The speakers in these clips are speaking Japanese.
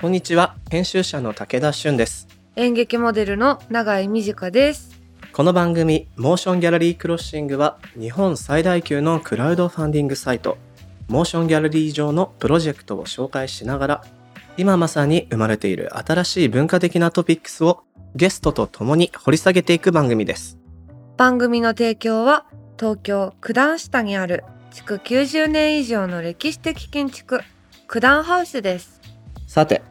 こんにちは編集者の武田俊です演劇モデルの永井美佳ですこの番組モーションギャラリークロッシングは日本最大級のクラウドファンディングサイトモーションギャラリー上のプロジェクトを紹介しながら今まさに生まれている新しい文化的なトピックスをゲストと共に掘り下げていく番組です番組の提供は東京九段下にある築90年以上の歴史的建築九段ハウスですさて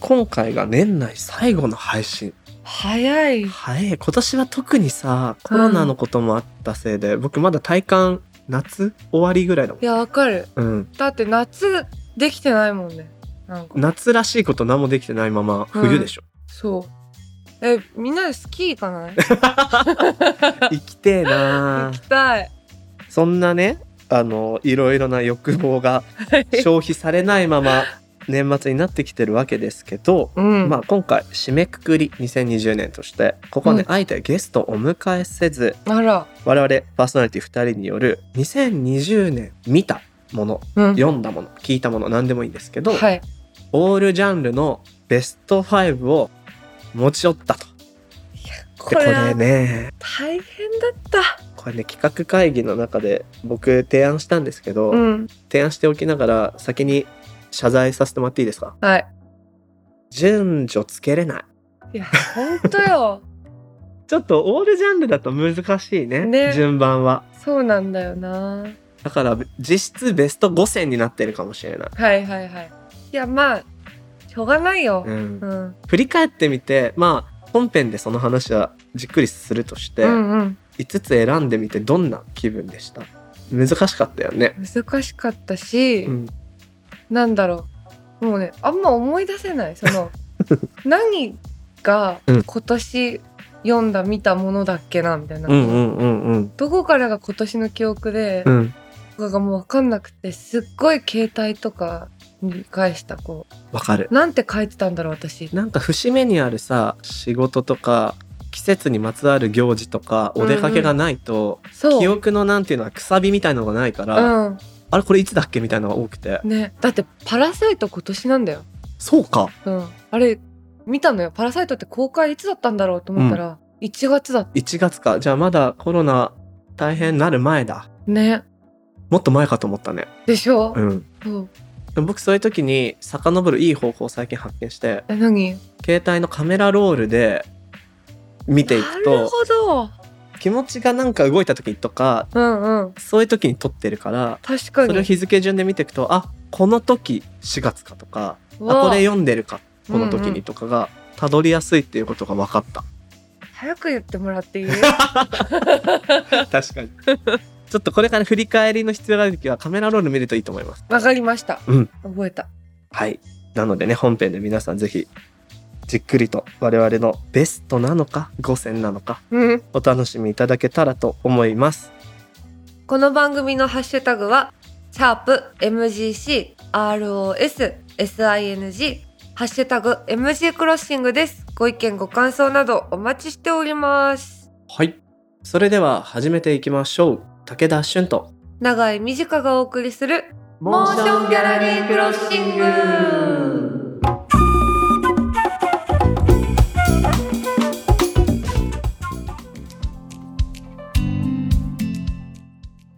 今回が年内最後の配信早いはい今年は特にさコロナのこともあったせいで、僕まだ体感夏終わりぐらいだもんい、やわかるうん、だって夏できてないもんねなんか夏らしいこと何もできてないまま冬でしょ、 そうえみんなでスキー行かない生きてえ行な きたいそんなねあのいろいろな欲望が 消費されないまま年末になってきてるわけですけど、うんまあ今回締めくくり2020年としてここね、うあえてゲストをお迎えせずあら我々パーソナリティ2人による2020年見たものうん読んだもの聞いたもの何でもいいんですけど、はいオールジャンルのベスト5を持ち寄ったと。こでこれれはね大変だったこれね企画会議の中で僕提案したんですけど、うん提案しておきながら先に謝罪させてもらっていいですかはい順序つけれないいや本当よちょっとオールジャンルだと難しいねね順番はそうなんだよなだから実質ベスト5選になってるかもしれない、はいはいはいいやまあしょうがないようんうん、うん、振り返ってみてまあ本編でその話はじっくりするとして、うん5つ選んでみてどんな気分でした難しかったよね、難しかったし、うん、なんだろうもうねあんま思い出せないそ の何がうん今年読んだ見たものだっけなみたいな、うんうんうんうんどこからが今年の記憶で、うんとかがもう分かんなくてすっごい携帯とかに返したこわかるうなんて書いてたんだろう私なんか節目にあるさ仕事とか季節にまつわる行事とかお出かけがないと、そう記憶のなんていうのはくさびみたいのがないから、うんあれこれいつだっけみたいなのが多くてねだってパラサイト今年なんだよそうかうん、あれ見たのよ「パラサイト」って公開いつだったんだろうと思ったら、1月だっ1月かじゃあまだコロナ大変なる前だたねもっと前かと思ったねでしょ、うんそうでも僕そういう時に遡るいい方法を最近発見してえ何携帯のカメラロールで見ていなくるとほど気持ちがなんか動いた時とかうんうんそういう時に撮ってるから確かそれをに日付順で見ていくとあこの時4月かとかあわあこれ読んでるかこの時にとかがたどりやすいっていうことが分か った、早く言ってもらっていい確かにちょっとこれから振り返りの必要がある時はカメラロール見るといいと思いますわかりました、 うん覚えたはいなのでね本編で皆さんぜひじっくりと我々のベストなのか5選なのかうんお楽しみいただけたらと思いますこの番組のハッシュタグは、シャープ MGC、ROS、SING、ハッシュタグ MG クロッシングです。ご意見、ご感想などお待ちしております。はいそれでは始めていきましょう武田俊と長井美佳がお送りするモーションギャラリークロッシング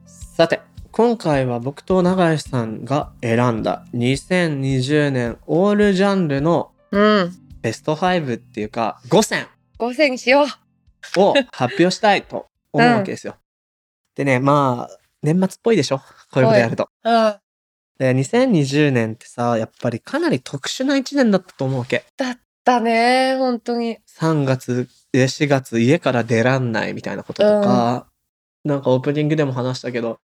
さて今回は僕と永井さんが選んだ2020年オールジャンルのうん。ベスト5っていうか5選5選にしよう。を発表したいと思うわけですよ。でねまあ年末っぽいでしょこういうことやると。あで2020年ってさやっぱりかなり特殊な1年だったと思うわけ。だね、本当に。 3月え4月家から出らんないみたいなこととか、なんかオープニングでも話したけど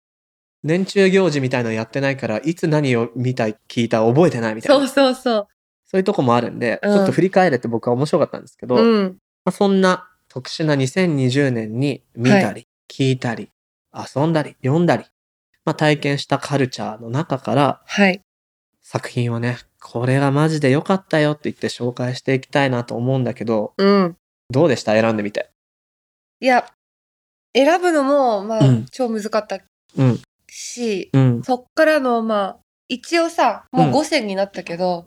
年中行事みたいのやってないからいつ何を見た聞いた覚えてないみたいなそうそうそそういうとこもあるんで、うんちょっと振り返れて僕は面白かったんですけど、う。まうん。あ、そんな特殊な2020年に見たり、は聞いたり遊んだり読んだり、まあ、体験したカルチャーの中からはい。作品をねこれがマジで良かったよって言って紹介していきたいなと思うんだけどうん。どうでした選んでみて。いや、選ぶのも、まあ、うん超難かったうん、し、うんそっからのまあ一応さもうんう5選になったけど、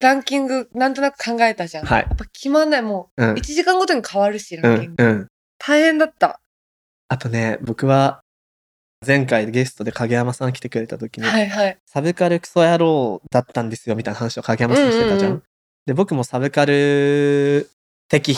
ランキングなんとなく考えたじゃん。はいやっぱ決まんない。もうう、ん1時間ごとに変わるし、うランキンんグ。うん大変だった。あとね僕は前回ゲストで影山さん来てくれた時に、はいはい。サブカルクソ野郎だったんですよみたいな話を影山さんしてたじゃん。うんうんうんで僕もサブカル的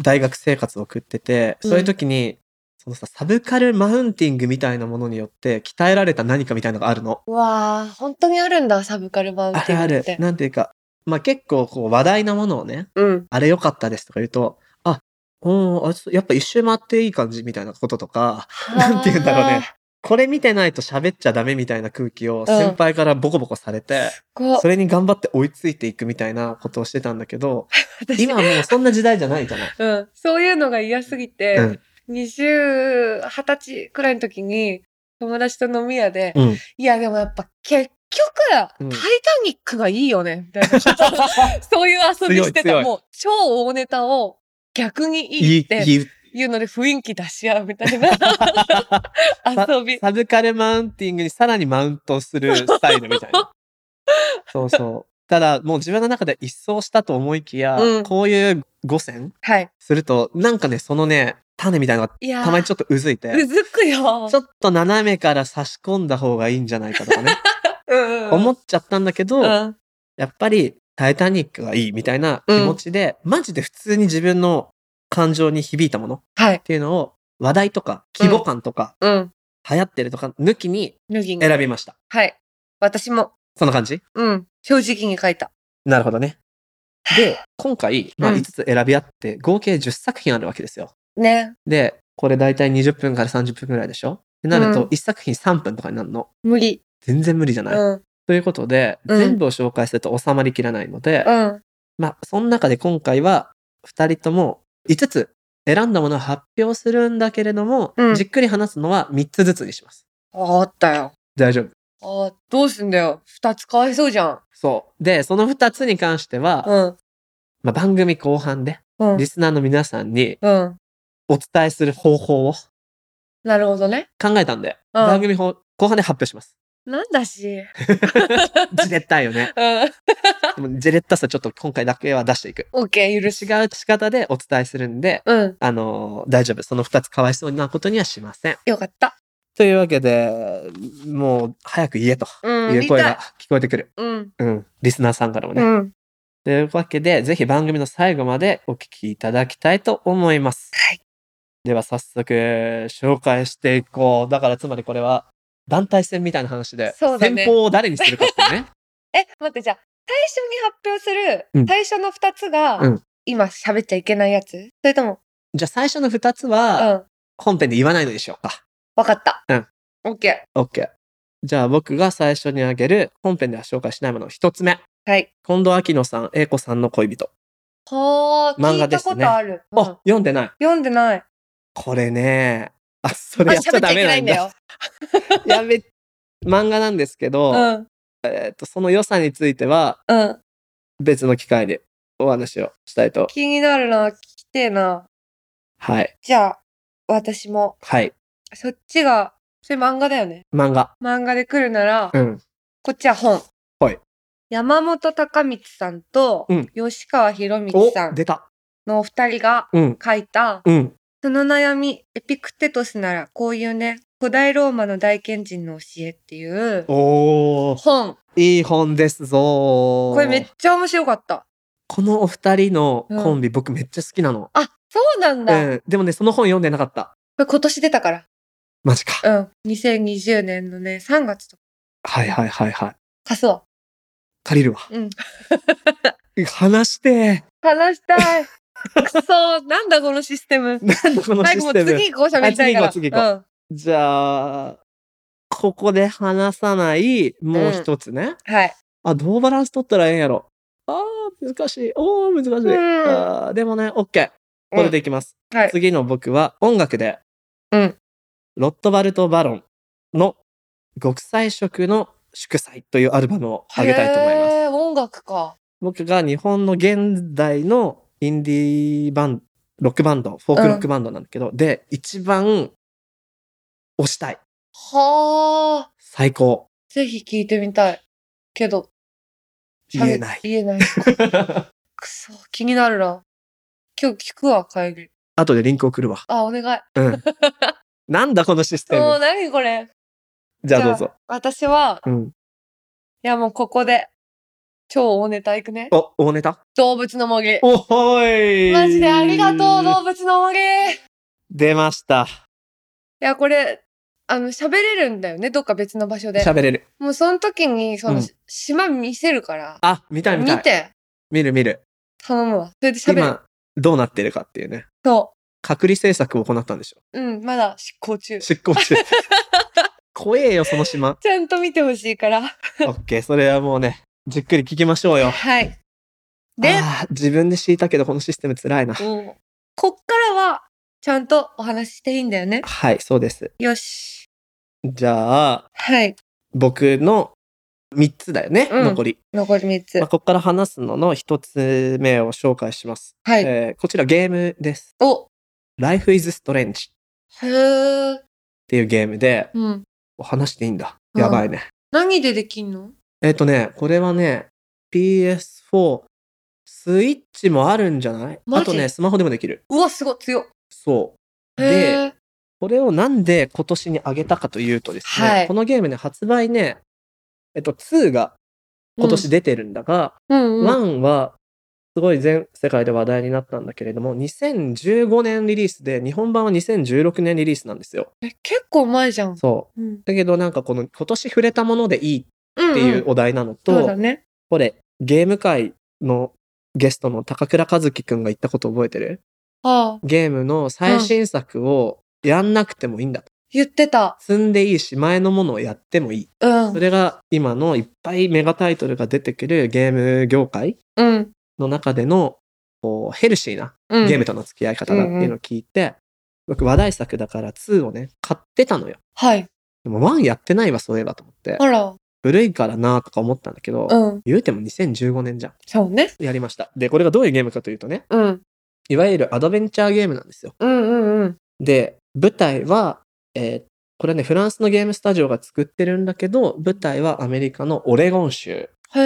大学生活を送っててそういう時に、そのさサブカルマウンティングみたいなものによって鍛えられた何かみたいのがあるの。うわあ、本当にあるんだ、サブカルマウンテあるィあングるって。。なんていうか、まあ、結構こう話題なものをねうん。あれ良かったですとか言うとあうんあちょっとやっぱ一周回っていい感じみたいなこととかなんて言うんだろうねあー。これ見てないと喋っちゃダメみたいな空気を先輩からボコボコされて。こそれに頑張って追いついていくみたいなことをしてたんだけ ど、う、私、今はもうそんな時代じゃないじゃない。うん。そういうのが嫌すぎて、うん20、20歳くらいの時に、友達と飲み屋で、うん。いや、でもやっぱ結局、うんタイタニックがいいよね、みたいな こと。そういう遊びし強い強てた。いもう、超大ネタを逆にいいいってい、いい。いうので雰囲気出し合うみ たいな遊び。サブカルマウンティングにさらにマウントするスタイルみたい な。そうそう。ただ、もう自分の中で一掃したと思いきや、うんこういう五線はい。すると、なんかね、そのね、種みたいなのがいやーたまにちょっとうずいうて、ずくよ。ちょっと斜めから差し込んだ方がいいんじゃないかとかね、 うんうん、思っちゃったんだけど、うんやっぱり、タイタニックがいいみたいな気持ちで、マジで普通に自分の感情に響いたものっはい。ていうのを、話題とか、規模感とか、うん。流行ってるとか、抜きに脱ぎに。選びました。はい。私も、そんな感じうん。正直に書いた。なるほどね。で、今回、まあ、うん5つ選び合って、合計10作品あるわけですよ。ね。で、これ大体20分から30分ぐらいでしょってなるうと、ん1作品3分とかになるの。無理。全然無理じゃうない、ん。ということで、うん全部を紹介すると収まりきらないので、うん。まあ、その中で今回は、二人とも5つ選んだものを発表するんだけれども、うんじっくり話すのは3つずつにします。あったよ。大丈夫。あどうすんだよ。二つかわいそうじゃん。そう。で、その2つに関しては、うん。まあ、番組後半で、うんリ。スナーの皆さんにうん。お伝えする方法をなるほどね。考えたんで、うん番組後後半で発表し ます。なんだし。じれったいよね。うん。でもじれったさちょっと今回だけは出していく。オッケー、許違うし。仕方でお伝えするんで、うん。あのー大丈夫。その2つかわいそうなことにはしません。よかった。というわけで、もう早く言えとうん。いう見声たいが。聞こえてくる。うん。うん。リスナーさんからもね。うん。というわけで、ぜひ番組の最後までお聞きいただきたいと思います。はい。では早速、紹介していこう。だからつまりこれは、団体戦みたいな話で、そうだね先方を誰にするかっていう ね。え、待って、じゃあ、最初に発表する、うん最初の二つが、うん今喋っちゃいけないやつそれとも、じゃあ最初の2つうん。は、わ本編で言わないのでしょうか。かった。うん。オッケ OK。じゃあ僕が最初にあげる、本編では紹介しないもの1つ目。ー。はい。近藤明乃さん、英子さんの恋人。ほー、漫聞画でいたすねことある。あ、うん読んでない。読んでない。これね、あ、そあ、れやっち喋ゃっちゃダいメけなないんんだだ。よ。 やべ、漫画なんですけど、うん。えっと、その良さについてはうん。別の機会でお話をしたいと。気になるな。聞きてえな。はい。じゃあ、私も、はい。そっちが、それ漫画だよね。漫画。漫画で来るなら、うん。こっちは本。はい山本隆光さんとうん、吉川博光さお、ん出た。のお二人がうん。書いた、うん。その悩み、エピクテトスならこういうね、古代ローマの大賢人の教えっていうおー、本。いい本ですぞーこれめっちゃ面白かった。このお二人のコンビ、僕めっちゃ好きなの。あ、そうなんうだ。こん。でもね、その本読んでなかった。れ今年出たから。マジか。うん。2020年のね、3月とか。はいはいはいはい。貸すわ。借りるわ。うん。話 して話した い。くそー、なんだこのシステム。ー。なんだこの最シ後もスうテム。次行こう喋りたいから。あ次行こう次行こうん。じゃあ、ここで話さない、もう一つね。はい。あ、どうバランス取ったらええんやろ。あー、難しい。おー、難しい。うんあーでもね、OK。これでいきます。うんはい次の僕は音楽で、うんロットバルト・バロンの極彩色の祝祭というアルバムをあげたいと思います。へー音楽か。僕が日本の現代のインディーバンド、ロックバンド、フォークロックバンドなんだけど、で、一番推したい。はあ。最高。ぜひ聞いてみたい。けど、言えない。言え ない。くそ、気になるな。今日聞くわ、帰り。後でリンク送るわ。あ、お願い。うん。なんだこのシステもうム。何これ。じゃあじゃどあうぞ。私は、うん。いやもうここで、超大ネタいくね。お、大ネタ動物の森。おほいマジでありがとう、動物の森。い出ました。や、これ、あの、喋れるんだよね、どっか別の場所で。喋れる。もうその時に、その、うん島見せるから、あ、見たい見たい。見て、見る見る。頼むわ。それで喋る。今、どうなってるかっていうね。そ隔離政策を行ったんでしょ。う。うん、まだ執行中。執行 中。怖えよ、その島。ちゃんと見てほしいから。オッケー、それはもうね、じっくり聞きましょうよ。はい。で、あー自分で敷いたけど、このシステム辛いな。うんこっからは、ちゃんとお話ししていいんだよね。はい、そうです。よし。じゃあ、はい。僕の3つだよね、うん残り。残り3つまあ、。ここから話すのの1つ目を紹介します。はい。えーこちらゲームです。お、 Life is Strange っへー。ていうゲームで、うん。お話していいんだ。うんやばいね。何でできんのえっ、とね、これはね、PS4、スイッチもあるんじゃないマジあとね、スマホでもできる。うわ、すごい、強っ。そう。へで、ー。これをなんで今年に上げたかというとですね、はいこのゲームね、発売ね、えっと、2が今年出てるんだが、うんうん。 1は、すごい全世界で話題になったんだけれども、2015年リリースで、日本版は2016年リリースなんですよ。え結構前じゃん。そう。うん。だけどなんかこの今年触れたものでいいっっていうお題なのと、そうだね。これ、ゲーム界のゲストの高倉和樹くんが言ったこと覚えてるああ、ゲームの最新作をやんなくてもいいんだと。言ってた。積んでいいし、前のものをやってもいい。うんそ。れが今のいっぱいメガタイトルが出てくるゲーム業界うん。の中での、こう、ヘルシーなうん。ゲームとの付き合い方だっていうのを聞いて、僕話題作だから2をね、買ってたのよ。はい。でも1やってないわ、そういえばと思ってあ。ら。古いからなとか思ったんだけど、うん。言うても2015年じゃん。そうね。やりました。で、これがどういうゲームかというとね、うん。いわゆるアドベンチャーゲームなんですよ。うんうんうん。で、舞台は、えーこれね、フランスのゲームスタジオが作ってるんだけど、舞台はアメリカのオレゴン州、へ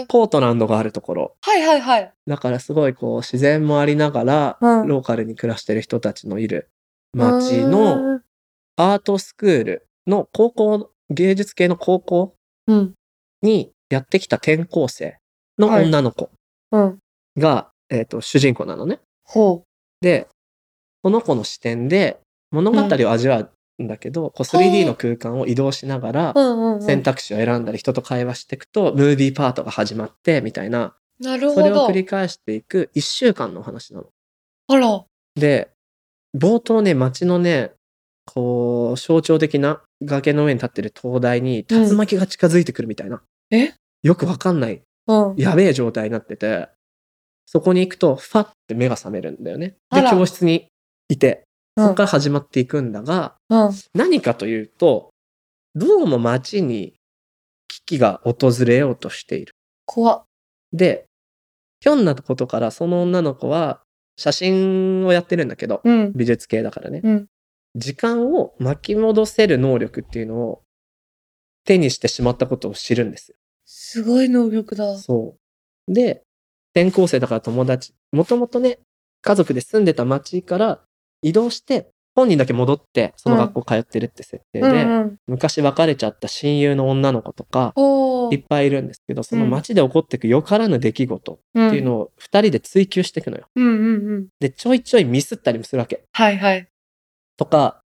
え。ポートランドがあるところ。はいはいはい。だからすごいこう、自然もありながら、うんローカルに暮らしてる人たちのいる街の、アートスクールの高校、芸術系の高校うん。にやってきた転校生の女の子うん。が、えっ、と、主人公なのね。ほで、この子の視点で物語を味わうんだけど、こう 3D の空間を移動しながらう。う、んうんうん。選択肢を選んだり人と会話していくと、ムービーパートが始まって、みたいな、なるそほれをど繰。り返していく1週間のお話なの。あら。で、冒頭ね、街のね、こう、象徴的な崖の上に立ってる灯台にうん竜巻が近づいてくるみたいな。えよくわかんない、うん。やべえ状態になってて、そこに行くと、ファって目が覚めるんだよね。あで、ら教室にいて、うんそこから始まっていくんだが、うん。何かというと、どうも街に危機が訪れようとしている。怖っ。で、ひょんなことからその女の子は写真をやってるんだけど、うん。美術系だからね。うん時間を巻き戻せる能力っていうのを手にしてしまったことを知るんですよ。すごい能力だ。そう。で、転校生だから友達、もともとね、家族で住んでた町から移動して、本人だけ戻って、その学校通ってるって設定うで、んうん。昔別れちゃった親友の女の子とか、ほう。いっぱいいるんですけど、その町で起こってくよからぬ出来事っていうのを二人で追求していくのよ。うん。うんうんうん。で、ちょいちょいミスったりもするわけ。はいはい。とか、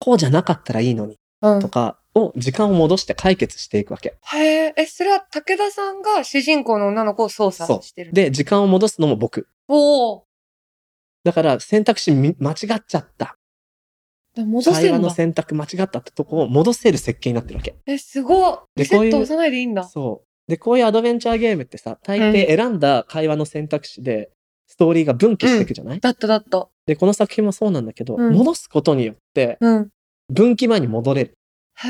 こうじゃなかったらいいのにうんと。かを時間を戻して解決していくわけ。へえ。え、それは武田さんが主人公の女の子を操そう作してる。、で、時間を戻すのも僕。おお。だから選択肢み間違っちゃった。で戻せ会る話んのだ。選択間違ったってとこを戻せる設計になってるわけ。え、すごい。でリセこういッうト押さないでいいんだ。そう。で、こういうアドベンチャーゲームってさ、大抵選んだ会話の選択肢で、ストーリーが分岐していくじゃない、だっただった。で、この作品もそうなんだけど、うん戻すことによって、うん。分岐前に戻れる。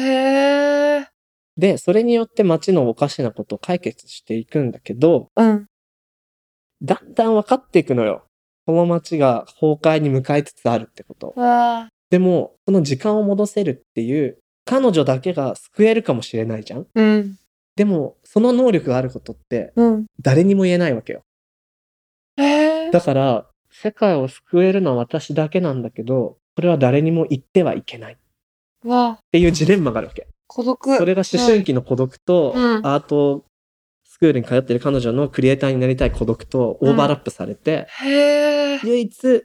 へえ。で、それによって街のおかしなことを解決していくんだけど、うん。だんだん分かっていくのよ。この街が崩壊に向かいつつあるってこと。わあ。でも、その時間を戻せるっていう、彼女だけが救えるかもしれないじゃんうん。でも、その能力があることってうん。誰にも言えないわけよ。えー、だから、世界を救えるのは私だけなんだけど、それは誰にも言ってはいけないっわあ、ていうジレンマがあるわけ。孤独。それが思春期の孤独と、うんアートスクールに通ってる彼女のクリエイターになりたい孤独とオーバーラップされて、へえ。唯一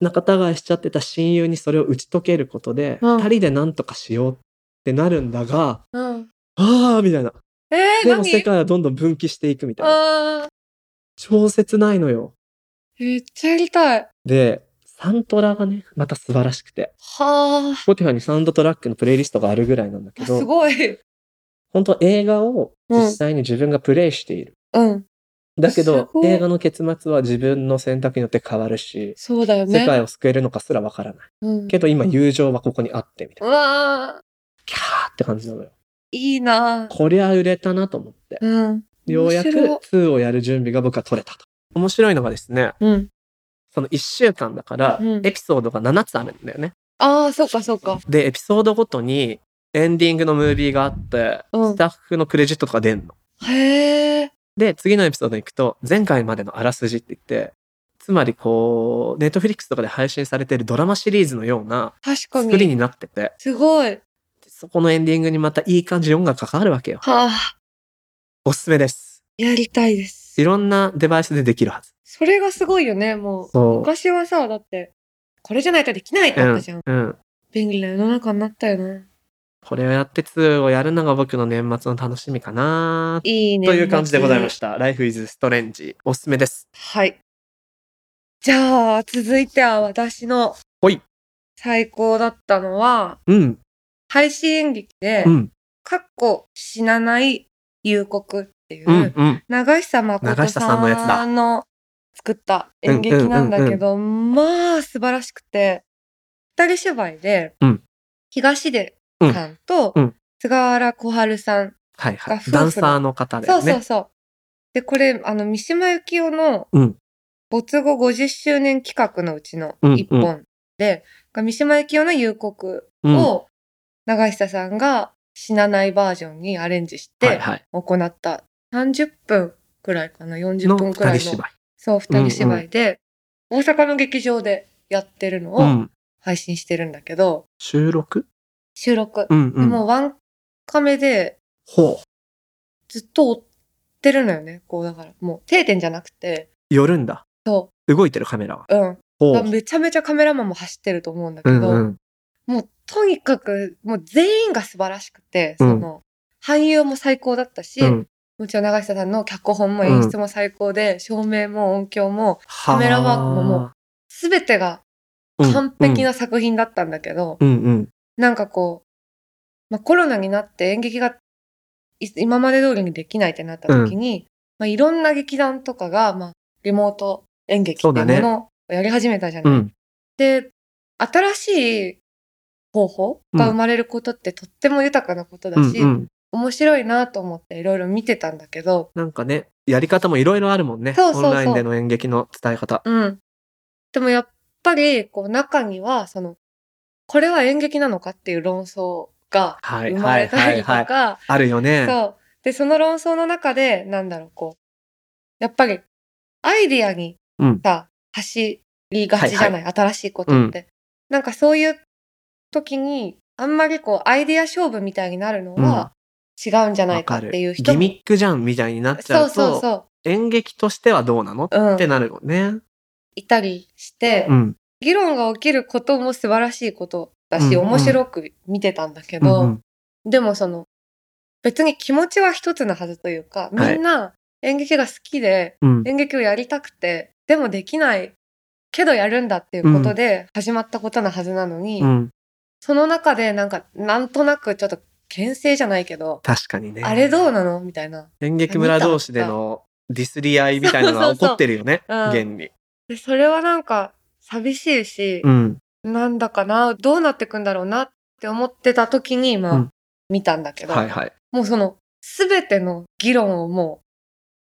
仲違いしちゃってた親友にそれを打ち解けることで、うん二人で何とかしようってなるんだが、うん。ああみたいな。えー、で何も世界はどんどん分岐していくみたいな。あ超切ないのよ。ーめっちゃやりたい。はで、サントラがね、また素晴らしくて。あ。 Spotify にサウンドトラックのプレイリストがあるぐらいなんだけあすど、ごい。本当映画を実際に自分がプレイしている。うん。だけすど、ごい映画の結末は自分の選択によって変わるし、そうだよね。世界を救えるのかすらわからない。うん。けど今友情はここにあって、みたいうな。わあ、キャーって感じなのよ。いいなあ。こりゃ売れたなと思って。うん。ようやく面白い2をやる準備が僕は取れたと。面白いのがですね、うん。その1週間だからうん、エピソードが7つあるんだよね。ああ、そうかそうか。で、エピソードごとにエンディングのムービーがあって、うんスタッフのクレジットとか出んの。へえ。で、次のエピソードに行くと、前回までのあらすじって言って、つまりこう、ネットフリックスとかで配信されているドラマシリーズのような確か作りに。になってて、すごい。はそこのエンディングにまたいい感じに音楽がかかるわけよ。あ、おすすめです。やりたいです。いろんなデバイスでできるはず。それがすごいよね、もう。そ昔はさ、だって、これじゃないとできないってう。うあったんじゃん。。うん。便利な世の中になったよな。これをやって2をやるのが僕の年末の楽しみかないいね。。という感じでございましたた。Life is Strange。おすすめです。はい。じゃあ、続いては私のほい。最高だったのは、うん。配信演劇でう、ん。かっこ死なない夕刻っていう、うん。うん。長久誠長久さんのやつださんの作った演劇なんだけど、まあ素晴らしくて、二人芝居で、うん東出さんと、うんうん菅原小春さん。はいはが夫婦い。のダンサーの方でそうすそうね。そう。で、これ、あの、三島由紀夫のうん、没後50周年企画のうちの一うん本で、三島由紀夫の夕刻うんはを、長久さんが死なないバージョンにアレンジしいてはい。行った、30分くらいかな、40の分二くら人いの芝居。そう、二人芝居で、大阪の劇場でやってるのうをん。配信してるんだけど、収録収録。うんうでん。もうワンカメでほう。ずっと追ってるのよね。こう、だからもう定点じゃなくて、寄るんだ。そ動いてるカメラは。う、うん。ほう。めちゃめちゃカメラマンも走ってると思うんだけうど、んうん。もうとにかく、もう全員が素晴らしくて、うんその、俳優も最高だったし、うんもちろん長久さんの脚本も演出も最高で、照明も音響も、カメラワークももすべてが完璧な作品だったんだけど、うんうん。なんかこう、まあ、コロナになって演劇がい今まで通りにできないってなった時に、まあ、いろんな劇団とかが、まあ、リモート演劇そっうていだうねものをやり始めたじゃうない、ん。で、新しい方法が生まれることってとっても豊かなことだうんし、うん。面白いなと思っていろいろ見てたんだけど、なんかね、やり方もいろいろあるもんね。そうそうそうオンラインでの演劇の伝え方。うん。でもやっぱり、こう中には、その、これは演劇なのかっていう論争がはい生まはれいたはりいとはい。か、あるよね。そう。で、その論争の中で、なんだろう、こう。やっぱり、アイディアにうんさ、走りがちじゃない、は新しいことって。なんかそういう時に、あんまりこう、アイディア勝負みたいになるのは違うんじゃなわいかかっる。ていうギ人も。ミックじゃんみたいになっちゃそううそと、うそ演劇としてはどうなのう。うってん。なるもんね。いたりして、うん。議論が起きることも素晴らしいことだし、うんうん面白く見てたんだけうど、んうん。でもその、別に気持ちは一つのはずというか、みんな演劇が好きで、うん。演劇をやりたくてでもできないけどやるんだっていうことで始まったことなはずなのに、うん。その中でなんかなんとなくちょっと牽制じゃないけど、確かにね。あれどうなのみたいな演劇村同士でのディスり合いみたいなのがそう起 そうそうこってるよね。うん現に。でそれはなんか寂しいし、うん。なんだかなどうなってくんだろうなって思ってた時にまあ、うん見たんだけど、はいはい。もうその全ての議論をも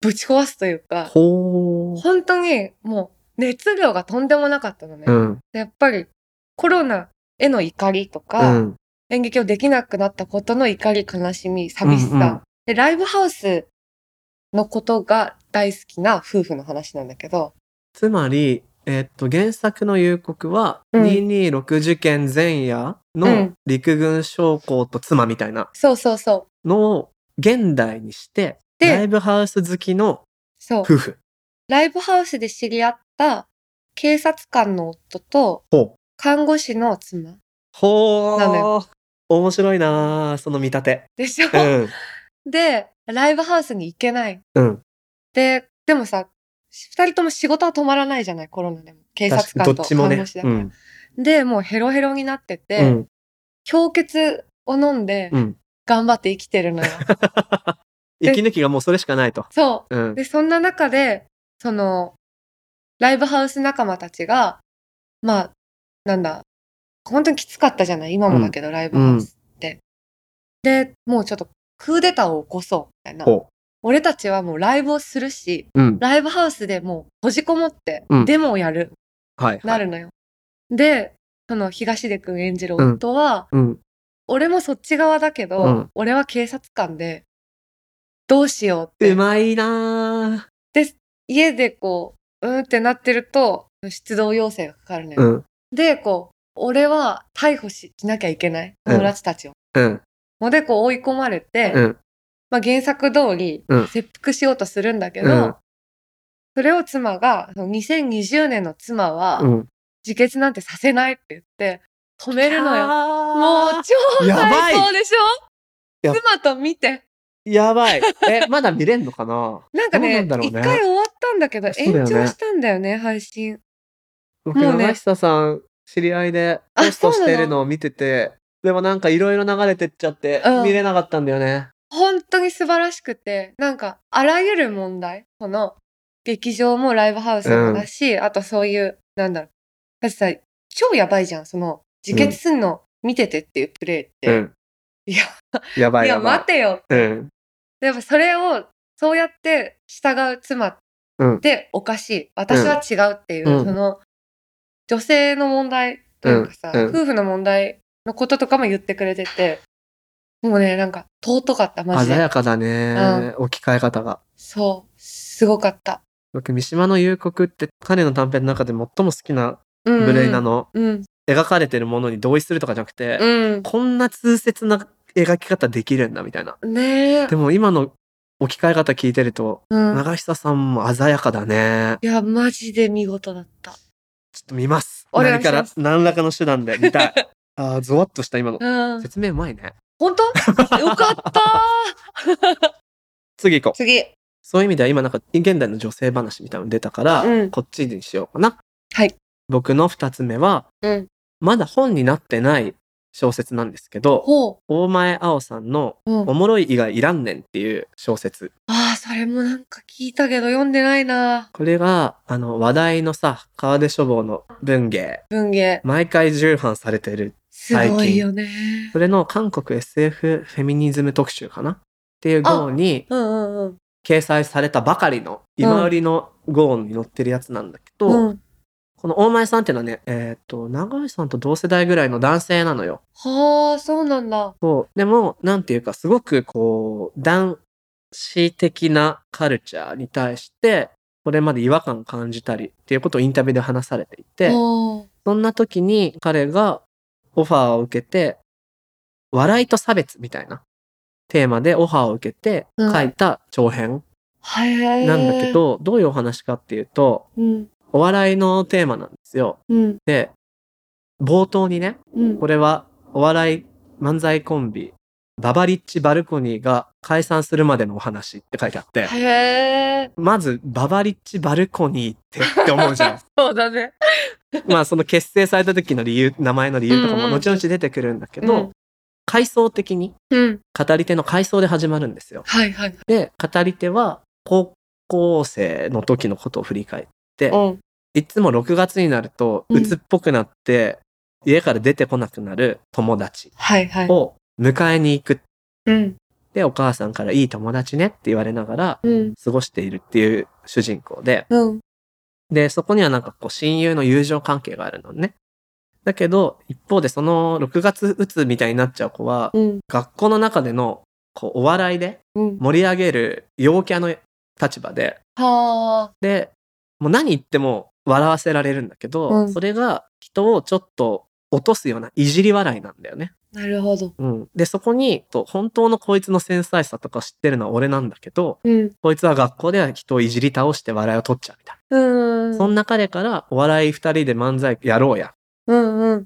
うぶち壊すというかほー。本当にもう熱量がとんでもなかったのね。うん。やっぱりコロナへの怒りとうか、ん。演劇をできなくなったことの怒り、悲しみ、寂しさ、うんうんで、ライブハウスのことが大好きな夫婦の話なんだけど、つまり、えっと、原作の夕刻は、うん226事件前夜うのん陸軍将校と妻みたいなそうそうそう。のを現代にして、でライブハウス好きのそう。夫婦。ライブハウスで知り合った警察官の夫とほう。看護師の妻。ほなのう。面白いなあその見立て。でしょ、うん。で、ライブハウスに行けない。うん。で、でもさ、二人とも仕事は止まらないじゃない、コロナでも。警察確かど官とっちも看ね護師。だかうら。ん。で、もうヘロヘロになってうて、ん。氷結を飲んでうん。頑張って生きてるの よ。で息抜きがもうそれしかないと。そうう。ん。で、そんな中で、その、ライブハウス仲間たちが、まあ、なんだ、本当にきつかったじゃない今もだけど、ライブハウスって、で、もうちょっとクーデターを起こそう、みたいな。ほ俺たちはもうライブをするし、う。うん。ライブハウスでもう閉じこもってうん、デモをやる、はい。なるのよ。で、その東出くん演じる夫は、うん。俺もそっち側だけど、うん俺は警察官で、どうしようってうまいなあ家でこう、うーんってなってると、出動要請がかかるのよ。うん。で、こう、俺は逮捕しなきゃいけない。うん友達たちを。うん。ので、こう追い込まれて、うん。まあ原作通りうん、切腹しようとするんだけど、うんそれを妻が、その2020年の妻は、うん。自決なんてさせないって言って、止めるのよ。もうあー超やばい最高でしやょ妻と見て。やばい。え、まだ見れんのか ななんかどうなね、んだろう一、ね回終わったんだけど、そう延だよね長したんだよね、配信。僕、もうね山下さん、知り合いで、あホストそしうなてのるのを見てて、でもなんかいろいろ流れてっちゃってう、ん見れなかったんだよね。本当に素晴らしくて、なんか、あらゆる問題、この、劇場もライブハウスもだし、あとそういう、なんだろう。だってさ、超やばいじゃん、その、自決すんの見ててっていうプレイっうて。ん。いや、やばいいや、やばい待。てよ。うん。でもそれを、そうやって従う妻っうん。でおかしい私は違うっていう、うんその女性の問題というかさ、うんうん夫婦の問題のこととかも言ってくれててもうねなんか尊かったマジ鮮でやかだね。置き換え方が。そうすごかった、僕、三島の夕刻って彼の短編の中で最も好きなうんうん部類なの。うん描かれてるものに同意するとかじゃなくて、うんこんな痛切な描き方できるんだみたいな。ねえでも今の置き換え方聞いてると、うん、長久さんも鮮やかだね。いやマジで見事だったちょっと見ます。お願い何しかまらす何らかの手段で見た い。あーゾワッとした今の。うん説明うまいね。本当よかった次行こう。次そういう意味では今なんか現代の女性話みたいなの出たから、うんこっちにしようかな。はい。僕の二つ目は、うんまだ本になってない小説なんですけど、ほ大前青さんのう、うん、おあもろい以外いらんねんっていう小説。あそれもなんか聞いたけど読んでないなこれが、あの、話題のさ、川出書房の文芸、文芸毎回重版されてる。すごいよねそれの韓国 SF フェミニズム特集かなっていう号にうんうんうん掲載されたばかりの、今売りの号に載ってるやつなんだけど、うんこの大前さんっていうのはね、えーっと、長井さんと同世代ぐらいの男性なのよ。はあ、そうなんだ。そう。でも、なんていうか、すごくこう、男子的なカルチャーに対して、これまで違和感を感じたりっていうことをインタビューで話されていて、おーそんな時に彼がオファーを受けて、笑いと差別みたいなテーマでオファーを受けてうん書いた長編へえ。なんだけ、ど、どういうお話かっていうと、うん、お笑いのテーマなんですよ。うん、で、冒頭にね、うんこ。れはお笑い漫才コンビ、ババリッチ・バルコニーが解散するまでのお話って書いてあって、へえ。まず、ババリッチ・バルコニーってって思うじゃ ん。そうだね。まあ、その結成された時の理由、名前の理由とかもうんうん後々出てくるんだけど、うん回想的に、うん。語り手の回想で始まるんですよ。はいはい。で、語り手は高校生の時のことを振り返って、うん。いつも6月になると、うん鬱っぽくなって、家から出てこなくなる友達はいはい。を迎えに行くうん。で、お母さんからいい友達ねって言われながらうん。過ごしているっていう主人公で、うん。で、そこにはなんかこう親友の友情関係があるのね。だけど、一方でその6月打つみたいになっちゃう子は、うん。学校の中でのこうお笑いでうん、盛り上げる陽キャの立場ではあでもう何言っても笑わせられるんだけど、うんそれが人をちょっと落とすようないじり笑いなんだよね。なるほどうん、でそこにと本当のこいつの繊細さとか知ってるのは俺なんだけどうんこいつは学校では人をいじり倒して笑いを取っちゃうみたいな。うんその中でからお笑い2人で漫才やろうやっうん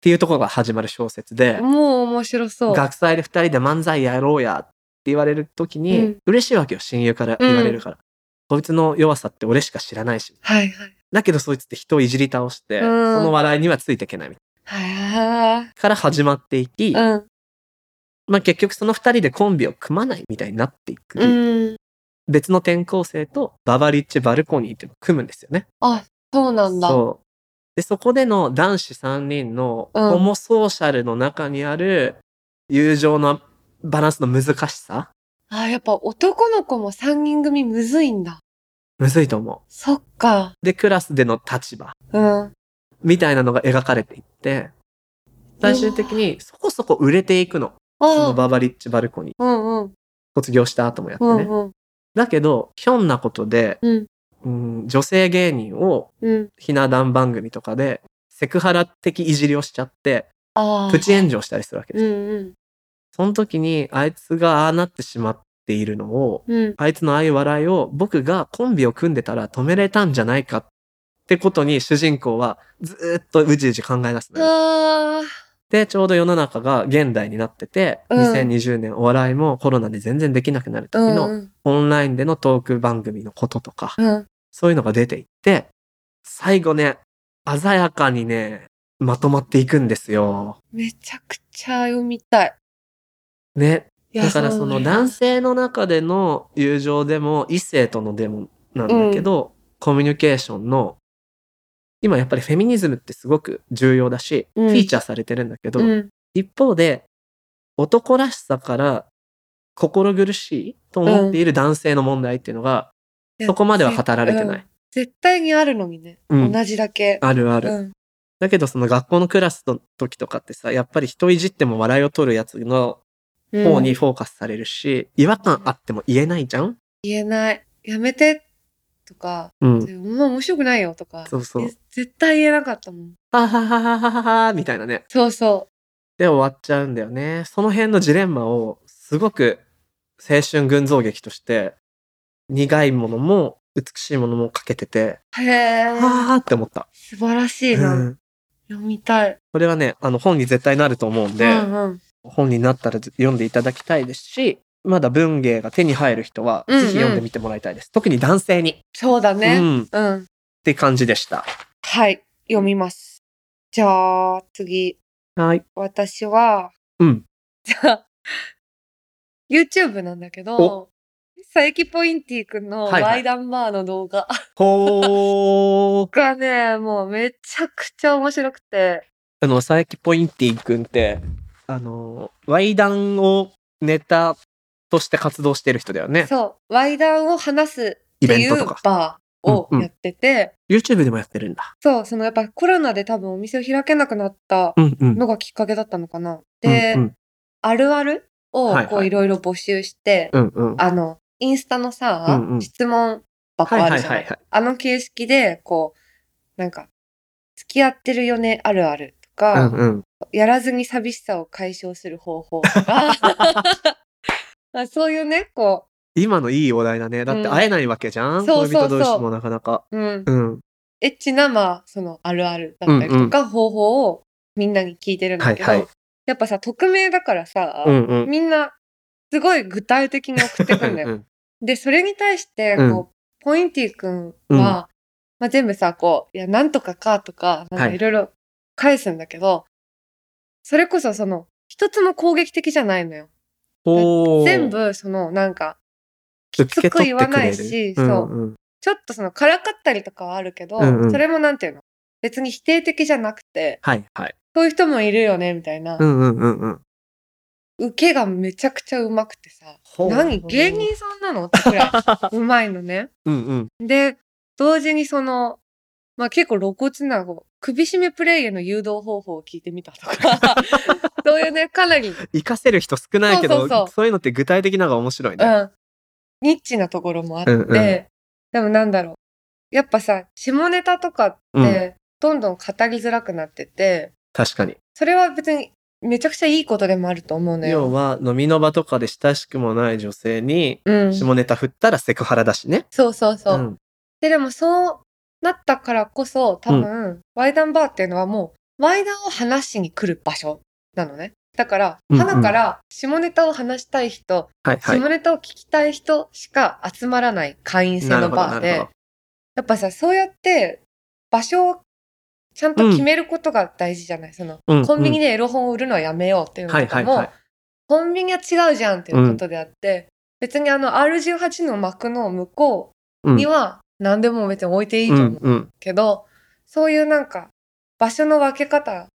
ていうところが始まる小説でうん、もう面白そう学祭で2人で漫才やろうやって言われる時に、うん嬉しいわけよ親友から言われるから、こいつの弱さって俺しか知らないしはいはいだけどそいつって人をいじり倒して、うんその笑いにはついていけないみたいはなから始まっていき、あうんまあ、結局その2人でコンビを組まないみたいになっていく、うん別の転校生とババリッチ・バルコニーっていうのを組むんですよね。あそうなんだそうでそこでの男子3人のうんホモソーシャルの中にある友情のバランスの難しさあやっぱ男の子も三人組むずいんだむずいと思そっかう。でクラスでの立場うんみたいなのが描かれていって最終的にそこそこ売れていくのそのあババリッチ・バルコニーうんうん卒業した後もやってうね。んうんだけどひょんなことで、うんうん女性芸人をうんひな壇番組とかでセクハラ的いじりをしちゃってああプチ炎上したりするわけです。うんうんその時にあいつがああなってしまっているのをうんあいつのああいう笑いを僕がコンビを組んでたら止めれたんじゃないかってことに主人公はずーっとうじうじ考え出すのよ。あでちょうど世の中が現代になってて、うん2020年お笑いもコロナで全然できなくなるあ時うのんオンラインでのトーク番組のこととか、うんそういうのが出ていって、最後ね、鮮やかにね、まとまっていくんですよ。めちゃくちゃ読みたいね。いやだからそのう男性の中での友情でも異性とのでもなんだけど、コミュニケーションの、今やっぱりフェミニズムってすごく重要だし、うんフィーチャーされてるんだけど、うん一方で、男らしさから心苦しいと思っている男性の問題っていうのが、そこまでは語られてないやい。絶絶対にあるのにね、うん同じだけあるある。うんだけどその学校のクラスの時とかってさ、やっぱり人いじっても笑いを取るやつのうん方にフォーカスされるし、違和感あっても言えないじゃん言えないやめてとかうん。でも面白くないよとかそうそうえ。絶対言えなかったもんはははははははみたいなね。そうそで終わっちゃうんだよね。その辺のジレンマをすごく青春群像劇として苦いものも美しいものもかけてて、うへえはーって思った。素晴らしいうな、ん読みたいこれはね、あの本に絶対なると思うんで、うんうん本になったら読んでいただきたいですし、まだ文芸が手に入る人は、うんうんぜひ読んでみてもらいたいです。特に男性に。そうだうねん。っうん、て感じでした。はい読みますじゃあ次はい。私はうん。 じゃあ YouTube なんだけどお佐伯ポインティ君のはいはいワイダンバーの動画ほー。がね、もうめちゃくちゃ面白くて。あの、佐伯ポインティ君って、あの、ワイダンをネタとして活動してる人だよね。そう、ワイダンを話すイってベいントうとか。バーをやってて、 YouTube でもやってるんだ。そう、そのやっぱコロナで多分お店を開けなくなったうんうん。のがきっかけだったのかうな。んで、うんあるあるをはいこはういいろいろ募集して、うんうん。あの、インスタのさ、うんうん質問箱あるじゃん、はいはいはいはいあの形式で、こう、なんか、付き合ってるよねあるあるとか、うんうん。やらずに寂しさを解消する方法と か まあそういうねこ今のいいお題だね。だって会えないわけじゃん、そうそうそう恋人同士もなかなか。う、うん、うん。エッチなまあそのあるあるだったりとか、方法をみんなに聞いてるんだけど、はいはいやっぱさ匿名だからさ、うんうん。みんなすごい具体的に送ってくんだよ。うんでそれに対してこう、うんポインティ君は、うんまあ、全部さこう「いやなんとかか」とかなんかはいいろいろ返すんだけど、それこそその一つも攻撃的じゃないのよ。ほー。全部そのなんかきつく言わないしそううんちょっとそのからかったりとかはあるけど、うんうんそれもなんていうの別に否定的じゃなくてはいはい。そういう人もいるよねみたいな、うんうんうんうん。受けがめちゃくちゃうまくてさほう何芸人さんなのってくらいうまいのね。うんうん。で同時にその まあ結構露骨なこう首絞めプレイへの誘導方法を聞いてみたとかそういうね、かなり、活かせる人少ないけどそうそうそういうのって具体的なのが面白いうね。ん、ニッチなところもあって、うんうんでもなんだろう。やっぱさ、下ネタとかって、うんどんどん語りづらくなってて、確かに。それは別にめちゃくちゃいいことでもあると思うの要よ。は飲みの場とかで親しくもない女性にうん。下ネタ振ったらセクハラだしね。そうそうそう。んで、でもそうなったからこそ、多分、ワイダンバーっていうのはもう、ワイダンを話しに来る場所なのね。だから、うんうん花から下ネタを話したい人、はいはい。下ネタを聞きたい人しか集まらない会員制なるのほどバーなでるほ、やっぱさ、そうやって場所をちゃんと決めることが大事じゃない、その、どうん。コンビニででエロ本を売るのはやめようっていうのはいはとかいも、はい。コンビニは違うじゃんっていうことであって、別にあの R18 の幕の向こううんには何でも別に置いていいうと思んううん。けど、そういうなんか場所の分け方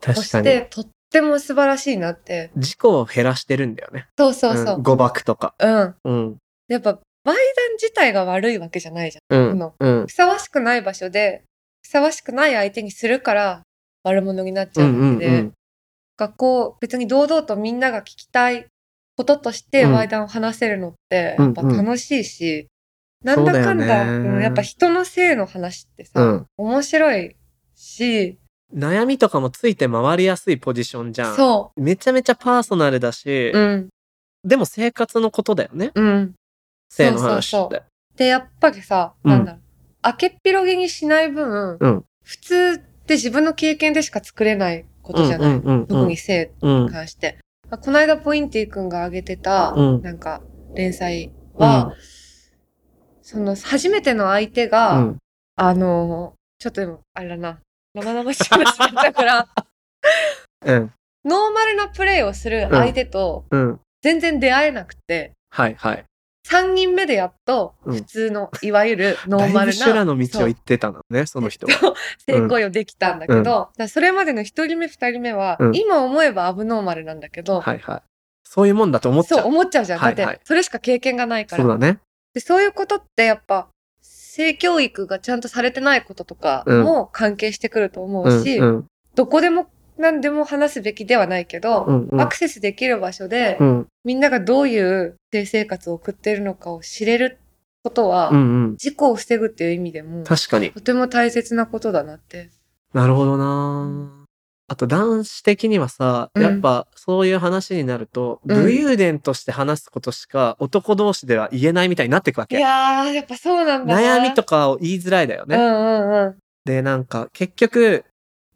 と確かしに。てとっても素晴らしいなって。事故を減らしてるんだよね。そうそうそう。ん誤爆とか。うん。うん。やっぱ、バイダン自体が悪いわけじゃないじゃん。うこんの。うんふ。さわしくない場所で、ふさわしくない相手にするから悪者になっちゃうわけで、うん学校、別に堂々とみんなが聞きたいこととしてうんバイダンを話せるのって、うんやっぱ楽しいし、なんだかんそうだよだ、ねうんやっぱ人の性の話ってさ、うん。面白いし、悩みとかもついて回りやすいポジションじゃん。そめちゃめちゃパーソナルだし、う、うん、でも生活のことだよね。うん。性の話っそうそて。で、やっぱりさ、うんなんだろう、開けっ広げにしない分、うん普通って自分の経験でしか作れないことじゃない。うんうんうん特に性うんに関して。まあこの間、ポインティ君が挙げてた、うんなんか、連載は、その、初めての相手が、うんあの、ちょっとでも、あれだな、生々しい話だっ たから、うんノーマルなプレイをする相手と、うん全然出会えなくて、はいはい。 3人目でやっと、うん普通の、いわゆるノだーいマルぶな。修羅の道そをう行ってたのね、その人は。成功をできたんだけど、うんだからそれまでの一人目二人目は、うん今思えばアブノーマルなんだけど、はいはい。そういうもんだと思っちそゃうう。思っちゃうじゃん。はだいっはいて、それしか経験がないから。そうだね。でそういうことってやっぱ、性教育がちゃんとされてないこととかも関係してくると思ううんし、うんどこでも何でも話すべきではないけど、うんうんアクセスできる場所で、うんみんながどういう性生活を送っているのかを知れることは、うんうん。事故を防ぐっていう意味でも、確かに。とても大切なことだなって。なるほどなあと男子的にはさ、うんやっぱそういう話になると、うん武勇伝として話すことしか男同士では言えないみたいになっていくわいけ。やー、やっぱそうなんだな。悩みとかを言いづらいだよね。うんうんうん。で、なんか結局、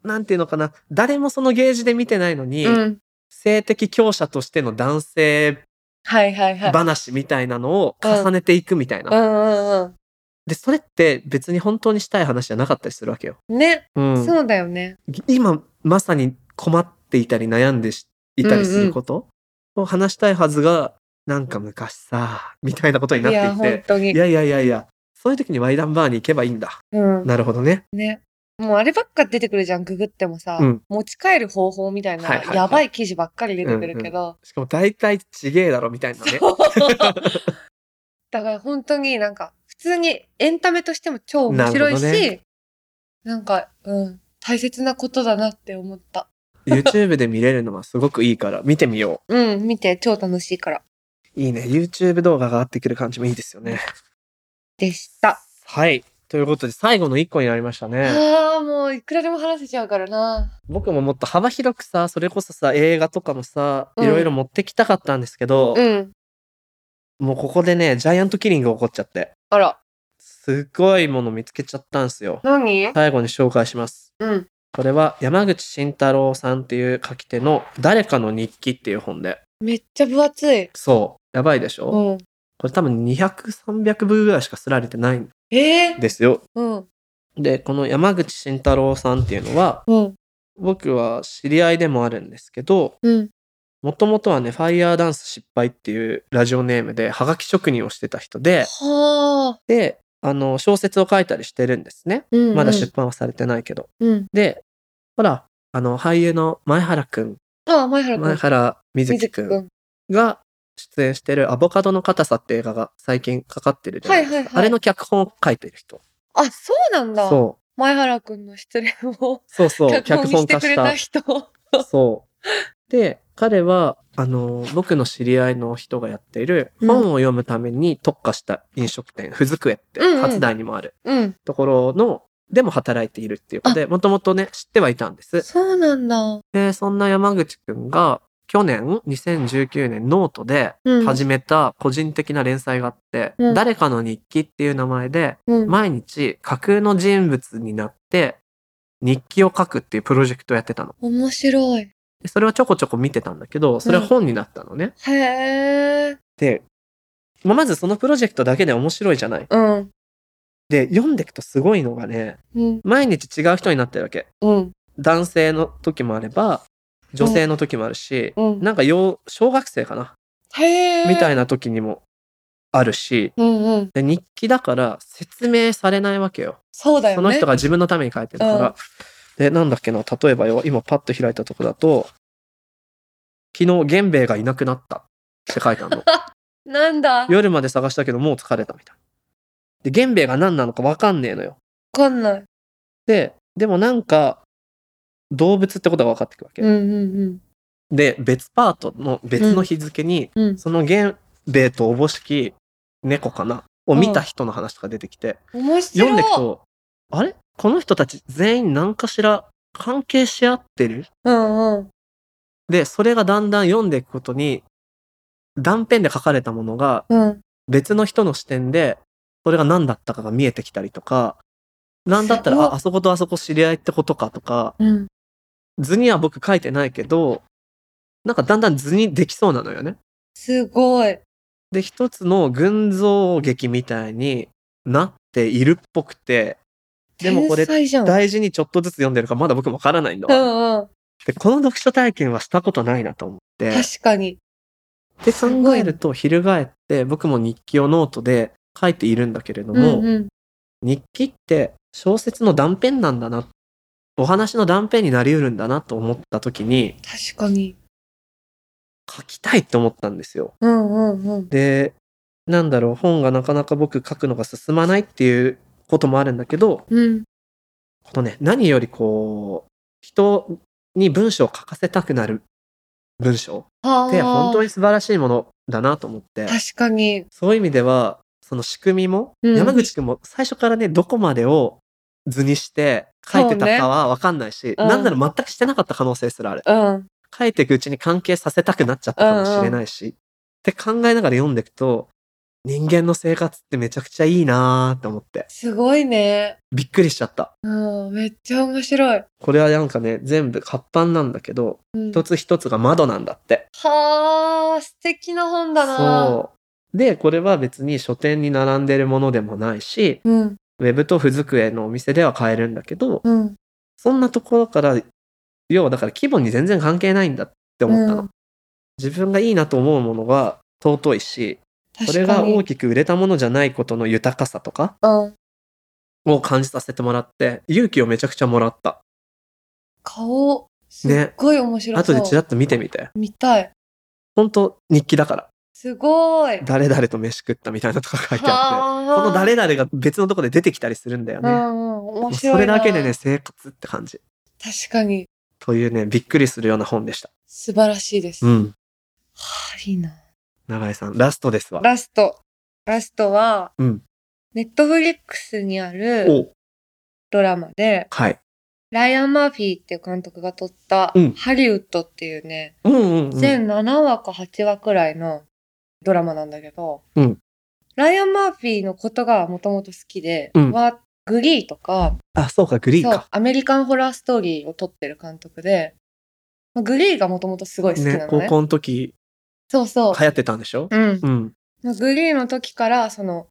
なんていうのかな、誰もそのゲージで見てないのに、うん。性的強者としての男性はいはいはい。話みたいなのを重ねていくみたいな。うんうんで、それって別に本当にしたい話じゃなかったりするわけよ。うん。ね、うん、そうだよね。今まさに困っていたり悩んでしいたりすることを話したいはずが、なんか昔さ、みたいなことにいなってや、い本て。当にい。やいやいやいや、そういう時にワイダンバーに行けばいいんだ。うん。なるほどね。ね。もうあればっか出てくるじゃん、ググってもさ。うん持ち帰る方法みたいな、はいはいはいやばい記事ばっかり出てくるけど。しかも大体ちげえだろみたいなね。 だから本当になんか、普通にエンタメとしても超面白いし、なな,、るほどんか、うん、大切なことだなって思った。 YouTube で見れるのはすごくいいから見てみようん、見て、超楽しいから。う。いいね。YouTube 動画が合ってくる感じもいいですよ ね。でした。はい。ということで最後の一個になりましたね。ああ、もういくらでも話せちゃうからな。僕ももっと幅広くさ、それこそさ、映画とかもさ、うんいろいろ持ってきたかったんですけど、うん。もうここでね、ジャイアントキリング起こっちゃって、あら、すごいもの見つけちゃったんですよ。何最後に紹介します。うん。これは山口慎太郎さんっていう書き手の誰かの日記っていう本で。めっちゃ分厚い。そう。やばいでしょ、うん。これ多分200、300部ぐらいしかすられてないんええですよ。うん。で、この山口慎太郎さんっていうのは、うん。僕は知り合いでもあるんですけど、うん。もともとはね、ファイヤーダンス失敗っていうラジオネームで、ハガキ職人をしてた人で、はあ。で、あの、小説を書いたりしてるんですね。うん、まだ出版はされてないけど。うん。で、ほら、あの、俳優の前原くん、ああ、前原前君。原瑞水希木く君。んが出演してるアボカドの硬さって映画が最近かかってるじゃはないいですか。はいはあい。れの脚本を書いてる人。あ、そうなんだ。そう。前原君の失恋をそうそう、脚脚本に本して化くれしたた。人。そう。で、彼は、あの、僕の知り合いの人がやっている、うん本を読むために特化した飲食店、ふずくえって、うんうん初台にもあるうん。ところの、でも働いているっていうことで、もともとね、知ってはいたんです。そうなんだ。で、そんな山口くんが、去年、2019年、ノートでうん始めた個人的な連載があって、うん誰かの日記っていう名前で、うん。毎日架空の人物になって、日記を書くっていうプロジェクトをやってたの。面白い。でそれはちょこちょこ見てたんだけど、それは本になったのね。へえ。で、まあまずそのプロジェクトだけで面白いじゃない。うん。で、読んでいくとすごいのがね、うん。毎日違う人になってるわけ。うん。男性の時もあれば、女性の時もあるし、うん。なんか幼小学生かな、へえ。みたいいな時にもあるし、な。うんうん。で日記だから説明されないわけよ。そうだよね。その人が自分のために書いてるから。うんで、なんだっけな、例えばよ、今パッと開いたとこだと、昨日、源兵衛がいなくなったって書いてあるの。なんだわ夜まで探したけど、もう疲れたみたいな。で、源兵衛が何なのか分かんねえのよ。かんない。で、でもなんか、動物ってことが分かってくるわけ。うんうんで、別パートの別の日付に、うん。うん。その源兵衛とおぼしき猫かな、を見た人の話とか出てきて、面白い。読んでいくと、あれこの人たち全員何かしら関係し合ってるうんうん。で、それがだんだん読んでいくことに、断片で書かれたものがうん。別の人の視点で、それが何だったかが見えてきたりとか、なんだったすら、ごいあ、あそことあそこ知り合いってことかとか、うん。図には僕書いてないけど、なんかだんだん図にできそうなのよね。すごい。で、一つの群像劇みたいになっているっぽくて、でもこれ天才じゃん。大事にちょっとずつ読んでるからまだ僕もわからないんだうわ。んうん。で、この読書体験はしたことないなと思って。確かに。で考えると翻って僕も日記をノートで書いているんだけれどうも、んうん。日記って小説の断片なんだなお話の断片になりうるんだなと思った時に確かに。書きたいって思ったんですよ。うんうんうん。でなんだろう本がなかなか僕書くのが進まないっていうこともあるんだけどうん。このね何よりこう人に文章を書かせたくなる文章はって本当に。に素晴らしいものだなと思って。確かに。そういう意味では、その仕組みも、うん山口くんも最初からね、どこまでを図にして書いてたかはわかんないし、うんなんなら全くしてなかった可能性すらある。うん。書いていくうちに関係させたくなっちゃったかもしれないし、って考えながら読んでいくと、人間の生活ってめちゃくちゃいいなーって思って、すごいね。びっくりしちゃった。うん。めっちゃ面白い。これはなんかね、全部活版なんだけど、うん、一つ一つが窓なんだって。はあ、素敵な本だな。そう。で、これは別に書店に並んでるものでもないし、う。うん。ウェブと付机のお店では買えるんだけど、うん。そんなところから、要はだから規模に全然関係ないんだって思ったの。うん自分がいいなと思うものは尊いし、それ確かがに。大きく売れたものじゃないことの豊かさとかうん。を感じさせてもらって、勇気をめちゃくちゃもらった。顔、すっごい面白そ後う。でちらっと見てみて。見たい。本当日記だから。すごい。誰々と飯食ったみたいなとか書いてあって。はあその誰々が別のとこで出てきたりするんだようね。んうん。もう面白いそな。れだけでね、。生活って感じ。確かに。というね、びっくりするような本でした。素晴らしいです。うはん。あ、いいな。永井さん、ラストですわ。ラスト。ラストは、うんネットフリックスにあるおドラマで、はい。ライアン・マーフィーっていう監督が撮った、うんハリウッドっていうね、うんうん、うん。全7話か8話くらいのドラマなんだけど、うんライアン・マーフィーのことがもともと好きで、うんはグリーとかあ、そうか、グリーそうか。アメリカンホラーストーリーを撮ってる監督で、まあグリーがもともとすごい好きなのねね。、高校の時、そうそう。流行ってたんでしょうんうん。まあグリーの時から、その、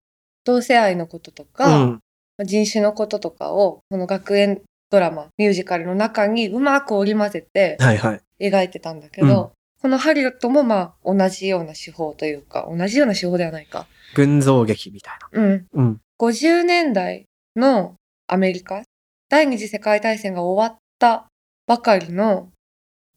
同性愛のこととうか、ん。まあ人種のこととかを、この学園ドラマ、ミュージカルの中にうまく織り交ぜ てはいはい。描いてたんだけど、うんこのハリウッドもまあ同じような手法というか、同じような手法ではないか。群像劇みたいうん。な。うん。 50年代のアメリカ、第二次世界大戦が終わったばかりの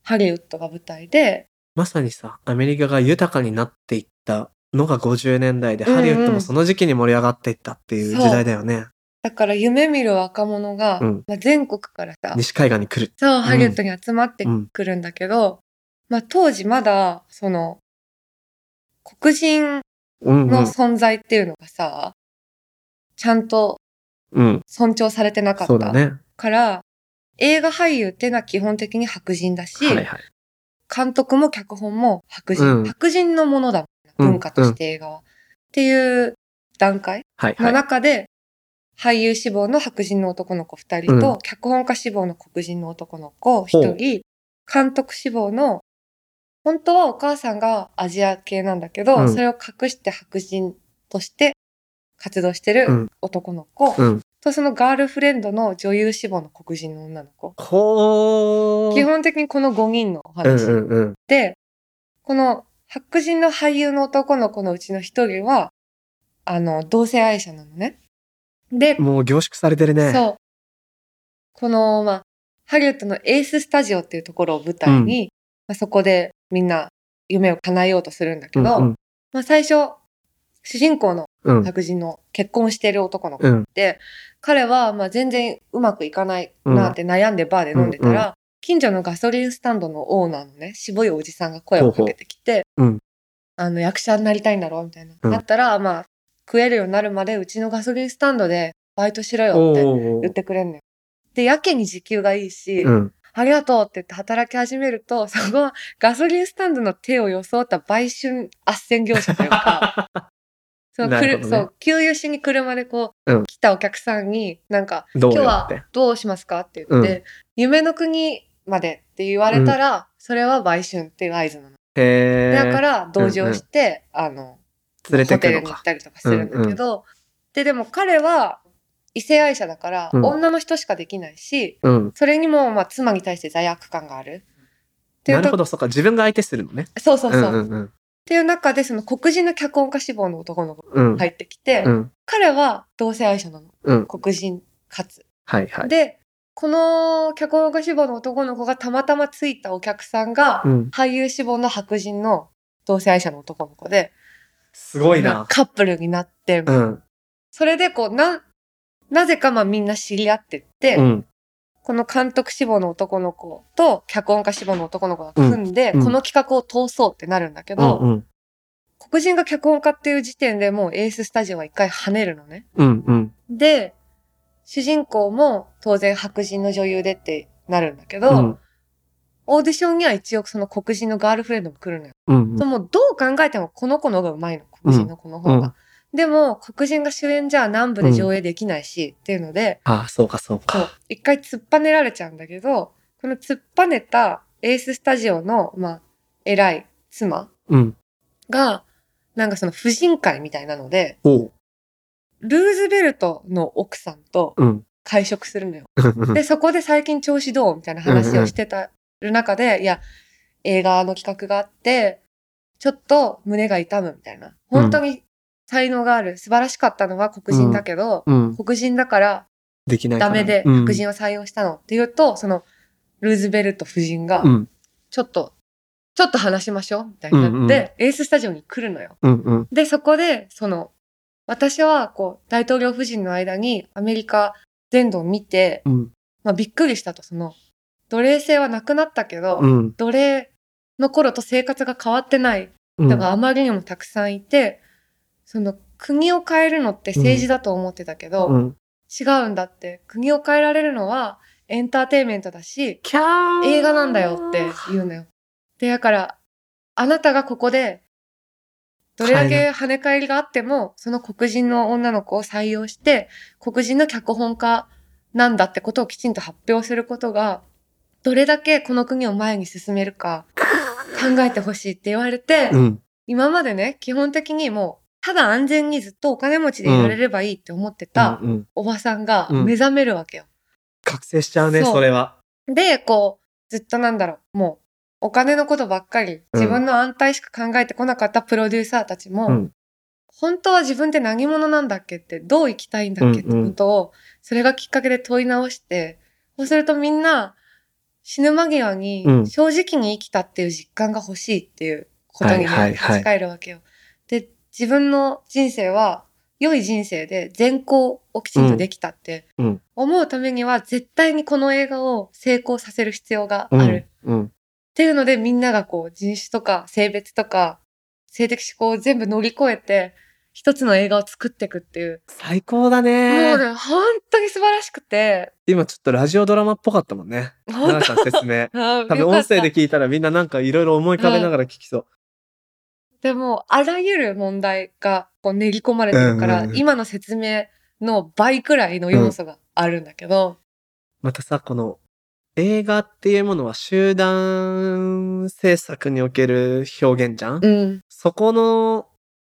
ハリウッドが舞台で、まさにさ、アメリカが豊かになっていったのが50年代で、うんうんハリウッドもその時期に盛り上がっていったっていう時代だよね。だから夢見る若者が、うんまあ、全国からさ、西海岸に来る。そう、ハリウッドに集まってくるんだけど、まあ当時まだ、その、黒人うんうのん存在っていうのがさ、ちゃんとうん尊重されてなかそうっだたねから、映画俳優ってのは基本的に白人だし、はいはい監督も脚本も白人、うん白人のものだもんな文化として映画は。っていう段階はいはのい中で、俳優志望の白人の男の子2人と、うん脚本家志望の黒人の男の子1人、監督志望の、本当はお母さんがアジア系なんだけど、うんそれを隠して白人として活動してうんる男の子、うんとそのガールフレンドの女優志望の黒人の女の子。ほー基本的にこの5人のお話。うんうんうんで、この白人の俳優の男の子のうちの一人は、あの、同性愛者なのね。で、もう凝縮されてるねそう。この、まあ、ハリウッドのエーススタジオっていうところを舞台に、まあ、そこでみんな夢を叶えようとするんだけど、うんまあ、最初、主人公のうん白人の結婚してる男の子、うん彼はまあ全然うまくいかないなって悩んでバーで飲んでたら、うん近所のガソリンスタンドのオーナーのね、渋いおじさんが声をかけてきて、ほうほううんあの、役者になりたいんだろうみたいな。うんだったら、まあ、食えるようになるまでうちのガソリンスタンドでバイトしろよおってー言ってくれんのよ。で、やけに時給がいいし、うんありがとうって言って働き始めると、 そこはガソリンスタンドの手を装った売春斡旋業者というか、 そう、なくるほどるねそう給油しに車でこう、うん来たお客さんに、なんか、どう今日よっはてどうしますかって言って、夢の国までって言われたら、それは売春っていう合図なの。へーだから、同情して、あの、連れてホくテのルに行っかたりとかするんだけど、で、でも彼は異性愛者だから、うん女の人しかできないし、うんそれにも、まあ、妻に対して罪悪感がある。っていなうるほと、どそっか自分が相手するのねそうそうそう。んっうんうんていう中で、その黒人の脚本家志望の男の子うがん入ってきて、うん彼は同性愛者なの。うん黒人かつ。はいはいで、この脚本家志望の男の子がたまたまついたお客さんが、うん俳優志望の白人の同性愛者の男の子で、すごいまあなカップルになって、うんそれでこう、な、なぜかまあみんな知り合ってって、うんこの監督志望の男の子と脚本家志望の男の子が組んで、うんうんこの企画を通そうってなるんだけうんど、うん黒人が脚本家っていう時点でもうエーススタジオは一回跳ねるのね。うんうんで、主人公も当然白人の女優でってなるんだけど、うんオーディションには一応その黒人のガールフレンドも来るのよ。うんでもうどう考えてもこの子の方がうまいの、黒人の子の方が。うんうんでも、黒人が主演じゃ南部で上映できないし、っていうので、ああそうかそうそうか、一回突っぱねられちゃうんだけど、この突っぱねたエーススタジオの、まあ、偉い妻うんが、なんかその婦人会みたいなので、おうルーズベルトの奥さんとうん会食するのよ。うんで、そこで最近調子どうみたいな話をしてたる中で、いや、映画の企画があって、ちょっと胸が痛むみたいな。本当に才能がある。素晴らしかったのは黒人だけど、 うん黒人だからできないかダらメでうん白人を採用したのっていうと、そのルーズベルト夫人がう、んちょっと、ちょっと話しましょうみたいになって、うんうんエーススタジオに来るのよ。うんうんで、そこで、その、私は、こう、大統領夫人の間にアメリカ全土を見て、うんまあ、びっくりしたと、その、奴隷制はなくなったけど、うん奴隷の頃と生活が変わってないうん人があまりにもたくさんいて、その、国を変えるのって政治だと思ってたけど、うん違うんだって、国を変えられるのはエンターテインメントだし、キャー映画なんだよって言うのよ。で、だから、あなたがここで、どれだけ跳ね返りがあっても、その黒人の女の子を採用して、黒人の脚本家なんだってことをきちんと発表することが、どれだけこの国を前に進めるか考えてほしいって言われて、うん今までね、基本的にもう、ただ安全にずっとお金持ちでいられればいいって思ってたうんうんおばさんがうん目覚めるわけよ。覚醒しちゃうねそうそれはで、こう、ずっとなんだろう、もう、お金のことばっかうり、ん自分の安泰しか考えてこなかったプロデューサーたちも、うん本当は自分って何者なんだっけって、どう生きたいんだっけってうんうんことを、それがきっかけで問い直して、そうするとみんな、死ぬ間際うにん正直に生きたっていう実感が欲しいっていうことにねはいはいはい立ち返るわけよ。で、自分の人生は良い人生で善行をきちんとできたってうんうん思うためには絶対にこの映画を成功させる必要がある。うんていうのでみんながこう人種とか性別とか性的指向を全部乗り越えて一つの映画を作っていくっていう。最高だもうね。ね、本当に素晴らしくて。今ちょっとラジオドラマっぽかったもんね。本奈々さん説明。当多分音声で聞いたらみんななんかいろいろ思い浮かべながら聞きそう。でも、あらゆる問題がこう練り込まれてるから、うんうんうん今の説明の倍くらいの要素があるんだけど、またさ、この映画っていうものは集団制作における表現じゃん、うん、そこの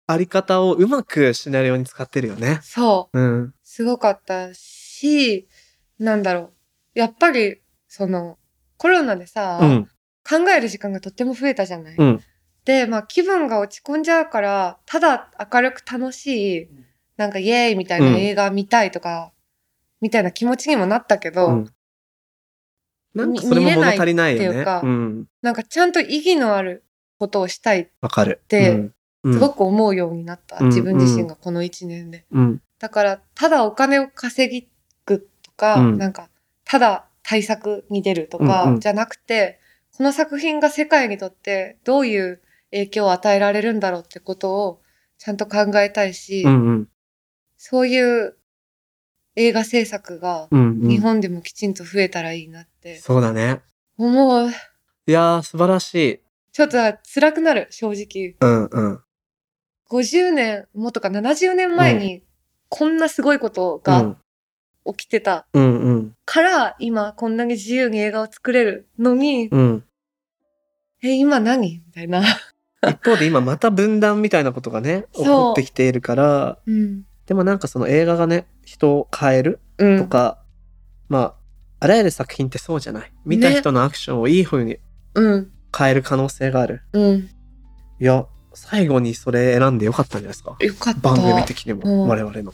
あり方をうまくシナリオに使ってるよね。そう、うん。すごかったし、なんだろう。やっぱり、その、コロナでさ、うん。考える時間がとっても増えたじゃない、うん。で、まあ気分が落ち込んじゃうから、ただ明るく楽しい、なんかイエーイみたいな映画見たいとか、みたいな気持ちにもなったけど、うんなんかそれも物足りないよ見れね。ないっていうかん。なんかちゃんと意義のあることをしたいわかる。でうんうん、すごく思うようになった、うん自分自身がこの1年で、うん。だからただお金を稼ぎくとか、うんなんかただ対策に出るとか、うんうんじゃなくてこの作品が世界にとってどういう影響を与えられるんだろうってことをちゃんと考えたいし、うんうん。そういう映画制作がうん、うん。日本でもきちんと増えたらいいなってそうだね。思う。いやー、素晴らしい。ちょっと辛くなる正直。うんうん。 50年もとか70年前にこんなすごいことうがん起きてたうんうん。から、今こんなに自由に映画を作れるのに、うん。え、今何みたいな。一方で今また分断みたいなことがね、そう起こってきているから、うん。でもなんかその映画がね、人を変えるうん。とか、まあ、あらゆる作品ってそうじゃない。見た人のアクションをいい風にうん。変える可能性がある。うん。いや、最後にそれ選んでよかったんじゃないですか。よかった。番組的にも、うん我々の。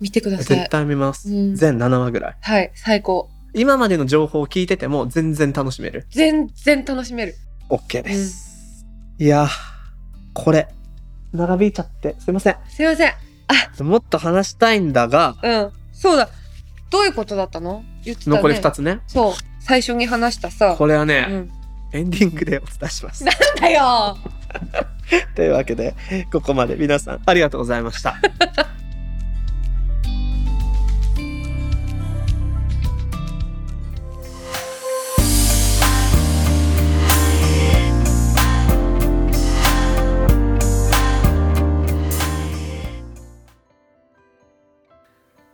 見てくださ絶い。対見ます。うん全7話ぐらい。はい、最高。今までの情報を聞いてても全然楽しめる。全然楽しめる。 OK です。いやー、これ、長引いちゃって、すいません。すいません。もっと話したいんだが、うん。そうだ。どういうことだったの言ってたね。残り2。つね。そう。最初に話したさ。これはうね、ん。エンディングでお伝えします。なんだよ というわけで、ここまで皆さんありがとうございました。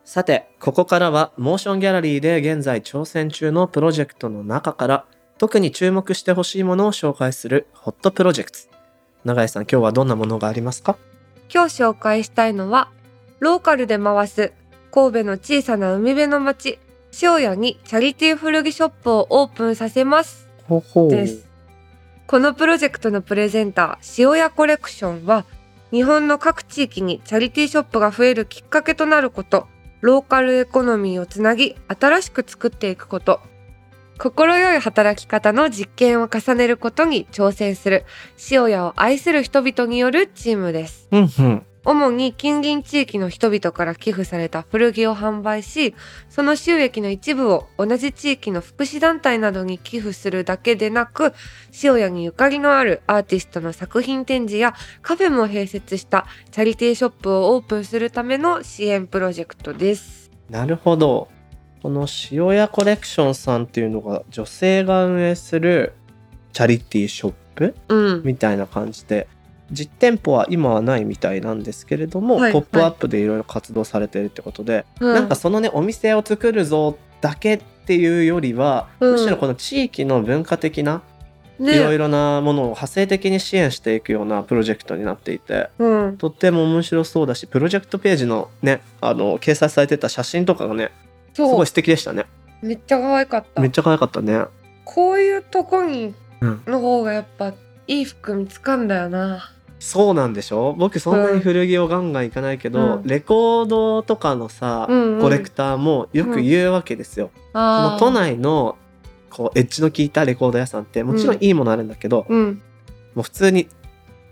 さて、ここからはモーションギャラリーで現在挑戦中のプロジェクトの中から特に注目してほしいものを紹介するホットプロジェクト。永井さん、今日はどんなものがありますか今日紹介したいのはローカルで回す神戸の小さな海辺の町塩屋にチャリティー古着ショップをオープンさせますほほですこのプロジェクトのプレゼンター塩屋コレクションは日本の各地域にチャリティーショップが増えるきっかけとなることローカルエコノミーをつなぎ新しく作っていくこと心よい働き方の実験を重ねることに挑戦する塩屋を愛する人々によるチームですうんうん。主に近隣地域の人々から寄付された古着を販売しその収益の一部を同じ地域の福祉団体などに寄付するだけでなく塩屋にゆかりのあるアーティストの作品展示やカフェも併設したチャリティーショップをオープンするための支援プロジェクトです。なるほど。この塩屋コレクションさんっていうのが女性が運営するチャリティーショップうん、みたいな感じで実店舗は今はないみたいなんですけれども、はいポップアップでいろいろ活動されてるってことで、うなんかそのねお店を作るぞだけっていうよりは、うんむしろこの地域の文化的なねいろいろなものを派生的に支援していくようなプロジェクトになっていてうん、とっても面白そうだしプロジェクトページのねあの掲載されてた写真とかがねすそごうい素敵でしたねめっちゃ可愛かっためっちゃ可愛かったねこういうとこにうんの方がやっぱいい服見つかんだよな。そうなんでしょ僕そんなに古着をガンガンいかないけど、うんレコードとかのさ、うんうんコレクターもよく言うわけですよ、そあのー都内のこうエッジの効いたレコード屋さんってもちろんいいものあるんだけど、うんもう普通に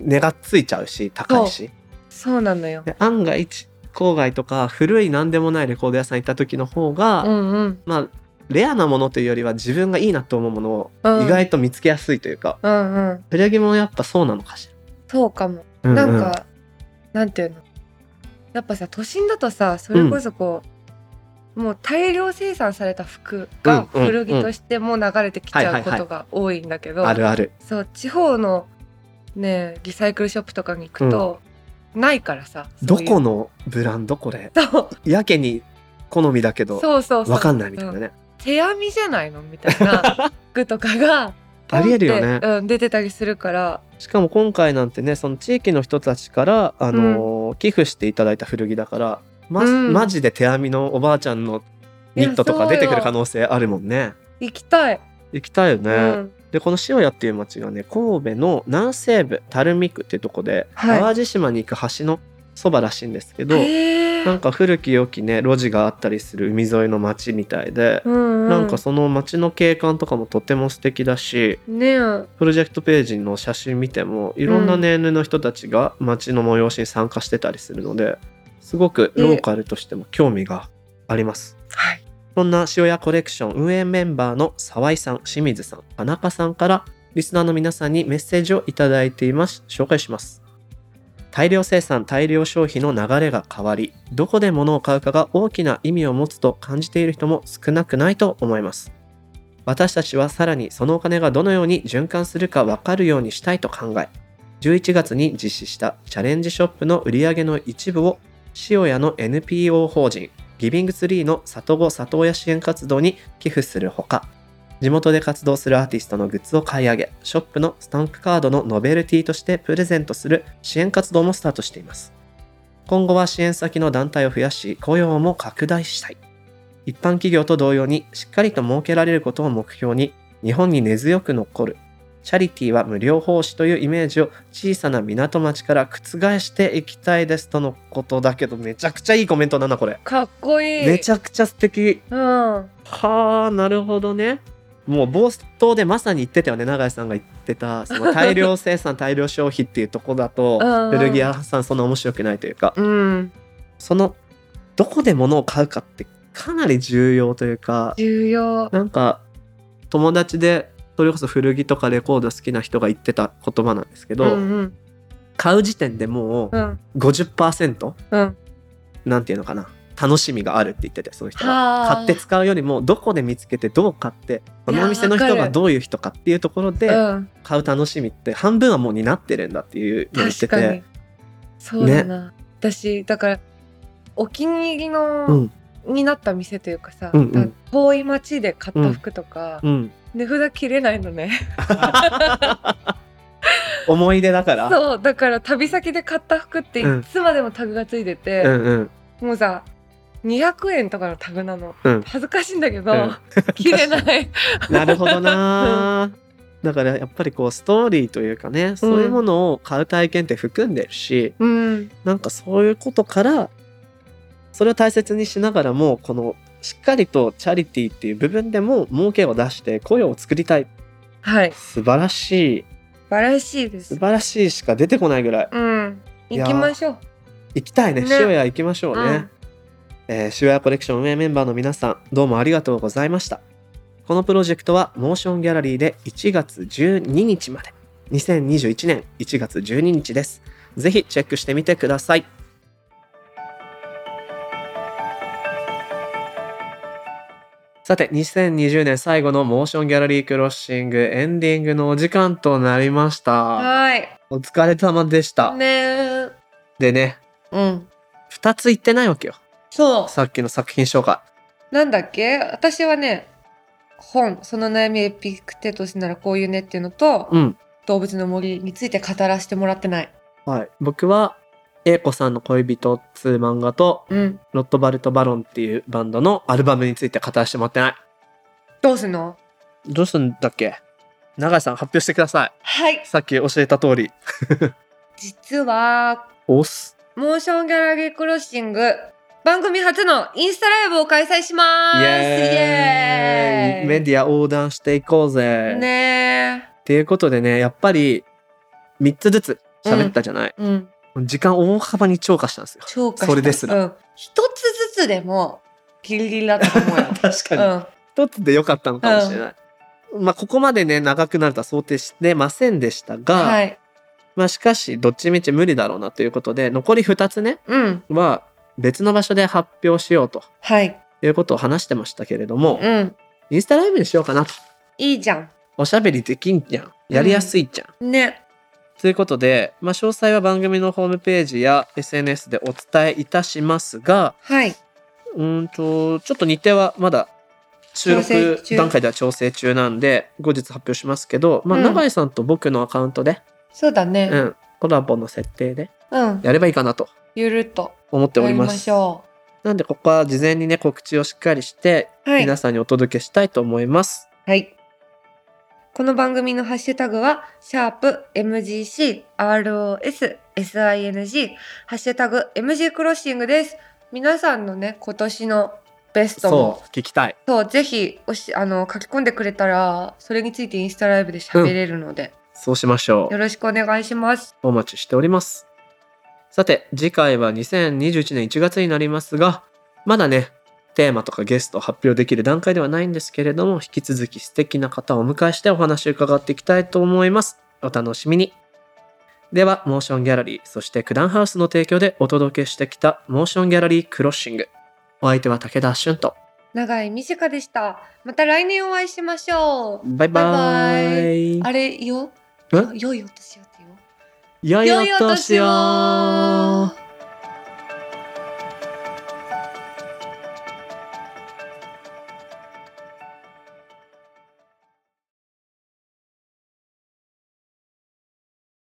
値がついちゃうし高いしそうなのよ。で案外郊外とか古い何でもないレコード屋さん行った時の方が、うんうん。まあレアなものというよりは自分がいいなと思うものをうん意外と見つけやすいというか、うんうん古着もやっぱそうなのかしそうかもら。なんううか、なんていうのやっぱさ都心だとさそれこそこう、もう大量生産された服がうんうん古着としてもう流れてきちはいはゃいうはこいとが多いんだけど、あるある。そう地方のねリサイクルショップとかに行くと、ないからさどそういうこのブランドこれ。そうやけに好みだけど、そうそうそうわかんないみたいなうんね。手編みじゃないのみたい な服とかがありえるよねポンってうん、出てたりするからしかも今回なんてねその地域の人たちから、あのー寄付していただいた古着だから、まうんマジで手編みのおばあちゃんのニットといやか出そうよてくる可能性あるもんね。行きたい、行きたいよね、うん、でこの塩屋っていう町がね神戸の南西部垂水区っていうとこで、はい淡路島に行く橋のそばらしいんですけど、へーなんか古き良きね路地があったりする海沿いの町みたいで、うんうなんかその町の景観とかもとても素敵だしねえプロジェクトページの写真見てもいろんな年齢の人たちが町の催しに参加してたりするのですごくローカルとしても興味があります。はい。そんな塩屋コレクション運営メンバーの沢井さん、清水さん、田中さんからリスナーの皆さんにメッセージをいただいています。紹介します。大量生産、大量消費の流れが変わり、どこで物を買うかが大きな意味を持つと感じている人も少なくないと思います。私たちはさらにそのお金がどのように循環するか分かるようにしたいと考え、11月に実施したチャレンジショップの売り上げの一部を塩屋の NPO 法人ギビングツリーの里子里親支援活動に寄付するほか、地元で活動するアーティストのグッズを買い上げ、ショップのスタンプカードのノベルティとしてプレゼントする支援活動もスタートしています。今後は支援先の団体を増やし、雇用も拡大したい。一般企業と同様にしっかりと設けられることを目標に、日本に根強く残る。チャリティーは無料奉仕というイメージを小さな港町から覆していきたいですとのことだけど、めちゃくちゃいいコメントだな、これ。かっこいい。めちゃくちゃ素敵うん。はあなるほどねもう冒頭でまさに言ってたよね永井さんが言ってたその大量生産大量消費って いうとこだとうんうん古着屋さんそんな面白くないというかうん。そのどこで物を買うかってかなり重要というか重要。なんか友達でそれこそ古着とかレコード好きな人が言ってた言葉なんですけど、んうん買う時点でもううん50%うん。なんていうのかな楽しみがあるって言っててその人は。はあ。買って使うよりもどこで見つけてどう買っていそやのお店のわ人かがるどういう人かっていうところでうん。買う楽しみって半分はもう担ってるんだっていうのを言って確かにて。。そうだな。私だからお気に入りうのんになった店というかさ、うんうんだから遠い町で買った服とかうん、値札切れないのね。思い出だから。そうだから旅先で買った服っていうんつまでもタグがついてうて、んうん、もうさ。200円とかのタグなの、うん恥ずかしいんだけど、うん 切 れないなるほどな、だからやっぱりこうストーリーというかねそういうものを買う体験って含んでるし、うんなんかそういうことからそれを大切にしながらもこのしっかりとチャリティーっていう部分でも儲けを出して雇用を作りたいはい素晴らしい素晴らしいです素晴らしいしか出てこないぐらいうん。い行やーきましょう。行きたいねね塩屋行きましょうね、うんえー塩屋コレクション運営メンバーの皆さんどうもありがとうございましたこのプロジェクトはモーションギャラリーで1月12日まで2021年1月12日ですぜひチェックしてみてくださいさて2020年最後のモーションギャラリークロッシングエンディングのお時間となりましたはい。お疲れ様でした、ねーでねうん。 2つ言ってないわけよそさっきの作品紹介う。なんだっけ私はね、本、その悩みエピクテトスならこういうねっていうのと、うん動物の森について語らせてもらってない。はい僕は英子さんの恋人っつう漫画とうん。ロットバルト・バロンっていうバンドのアルバムについて語らせてもらってないどうすんのどうすんだっけ永井さん発表してくださいはい。さっき教えた通り実は、おすモーションギャラリークロッシング、番組初のインスタライブを開催しまイすエーイメディア横断していこうぜ、ねっていうことでねやっぱり3つずつ喋ったじゃない、ーうん。時間大幅に超過したんですよ超過したそれですらうん、一つずつでもギリギリだったと思うよ確かうん、一つで良かったのかもしれない。まあ、ここまでね、長くなるとは想定してませんでしたが、はい。まあ、しかし、どっちみち無理だろうなということで、残り2つね、うん。は別の場所で発表しようとはい。いうことを話してましたけれども、うん。インスタライブにしようかなと。いいじゃおしゃべりできんじゃん。やりやすいじゃん。ん。ね。ということで、まあ、詳細は番組のホームページや SNS でお伝えいたしますが、はい。うーんと、ちょっと日程はまだ収調整録中段階では調整中なんで、後日発表しますけど、まあ、うん永井さんと僕のアカウントで、そうだうね。ん、コラボの設定でうん。やればいいかなとゆるっと。思っておやりりま。ますしょなんで、ここは事前にね、告知をしっかりして、う。はい。皆さんにお届けしたいと思います。はい。この番組のハッシュタグは、シャープ MGC、ROS、SING、ハッシュタグ MG クロッシングです。皆さんのね、今年のベストも、う、聞きたい。そう、ぜひおしあの書き込んでくれたら、それについてインスタライブで喋れるので、そうしましょうよ。ろしくお願いします。お待ちしております。さて、次回は2021年1月になりますが、まだね、テーマとかゲストを発表できる段階ではないんですけれども、引き続き素敵な方をお迎えしてお話を伺っていきたいと思います。お楽しみに。では、モーションギャラリー、そして九段ハウスの提供でお届けしてきたモーションギャラリークロッシング。お相手は武田俊と。長井美智香でした。また来年お会いしましょう。バイババイバーイ。あれよえ良いお年をってよ。良いお良いお年年を。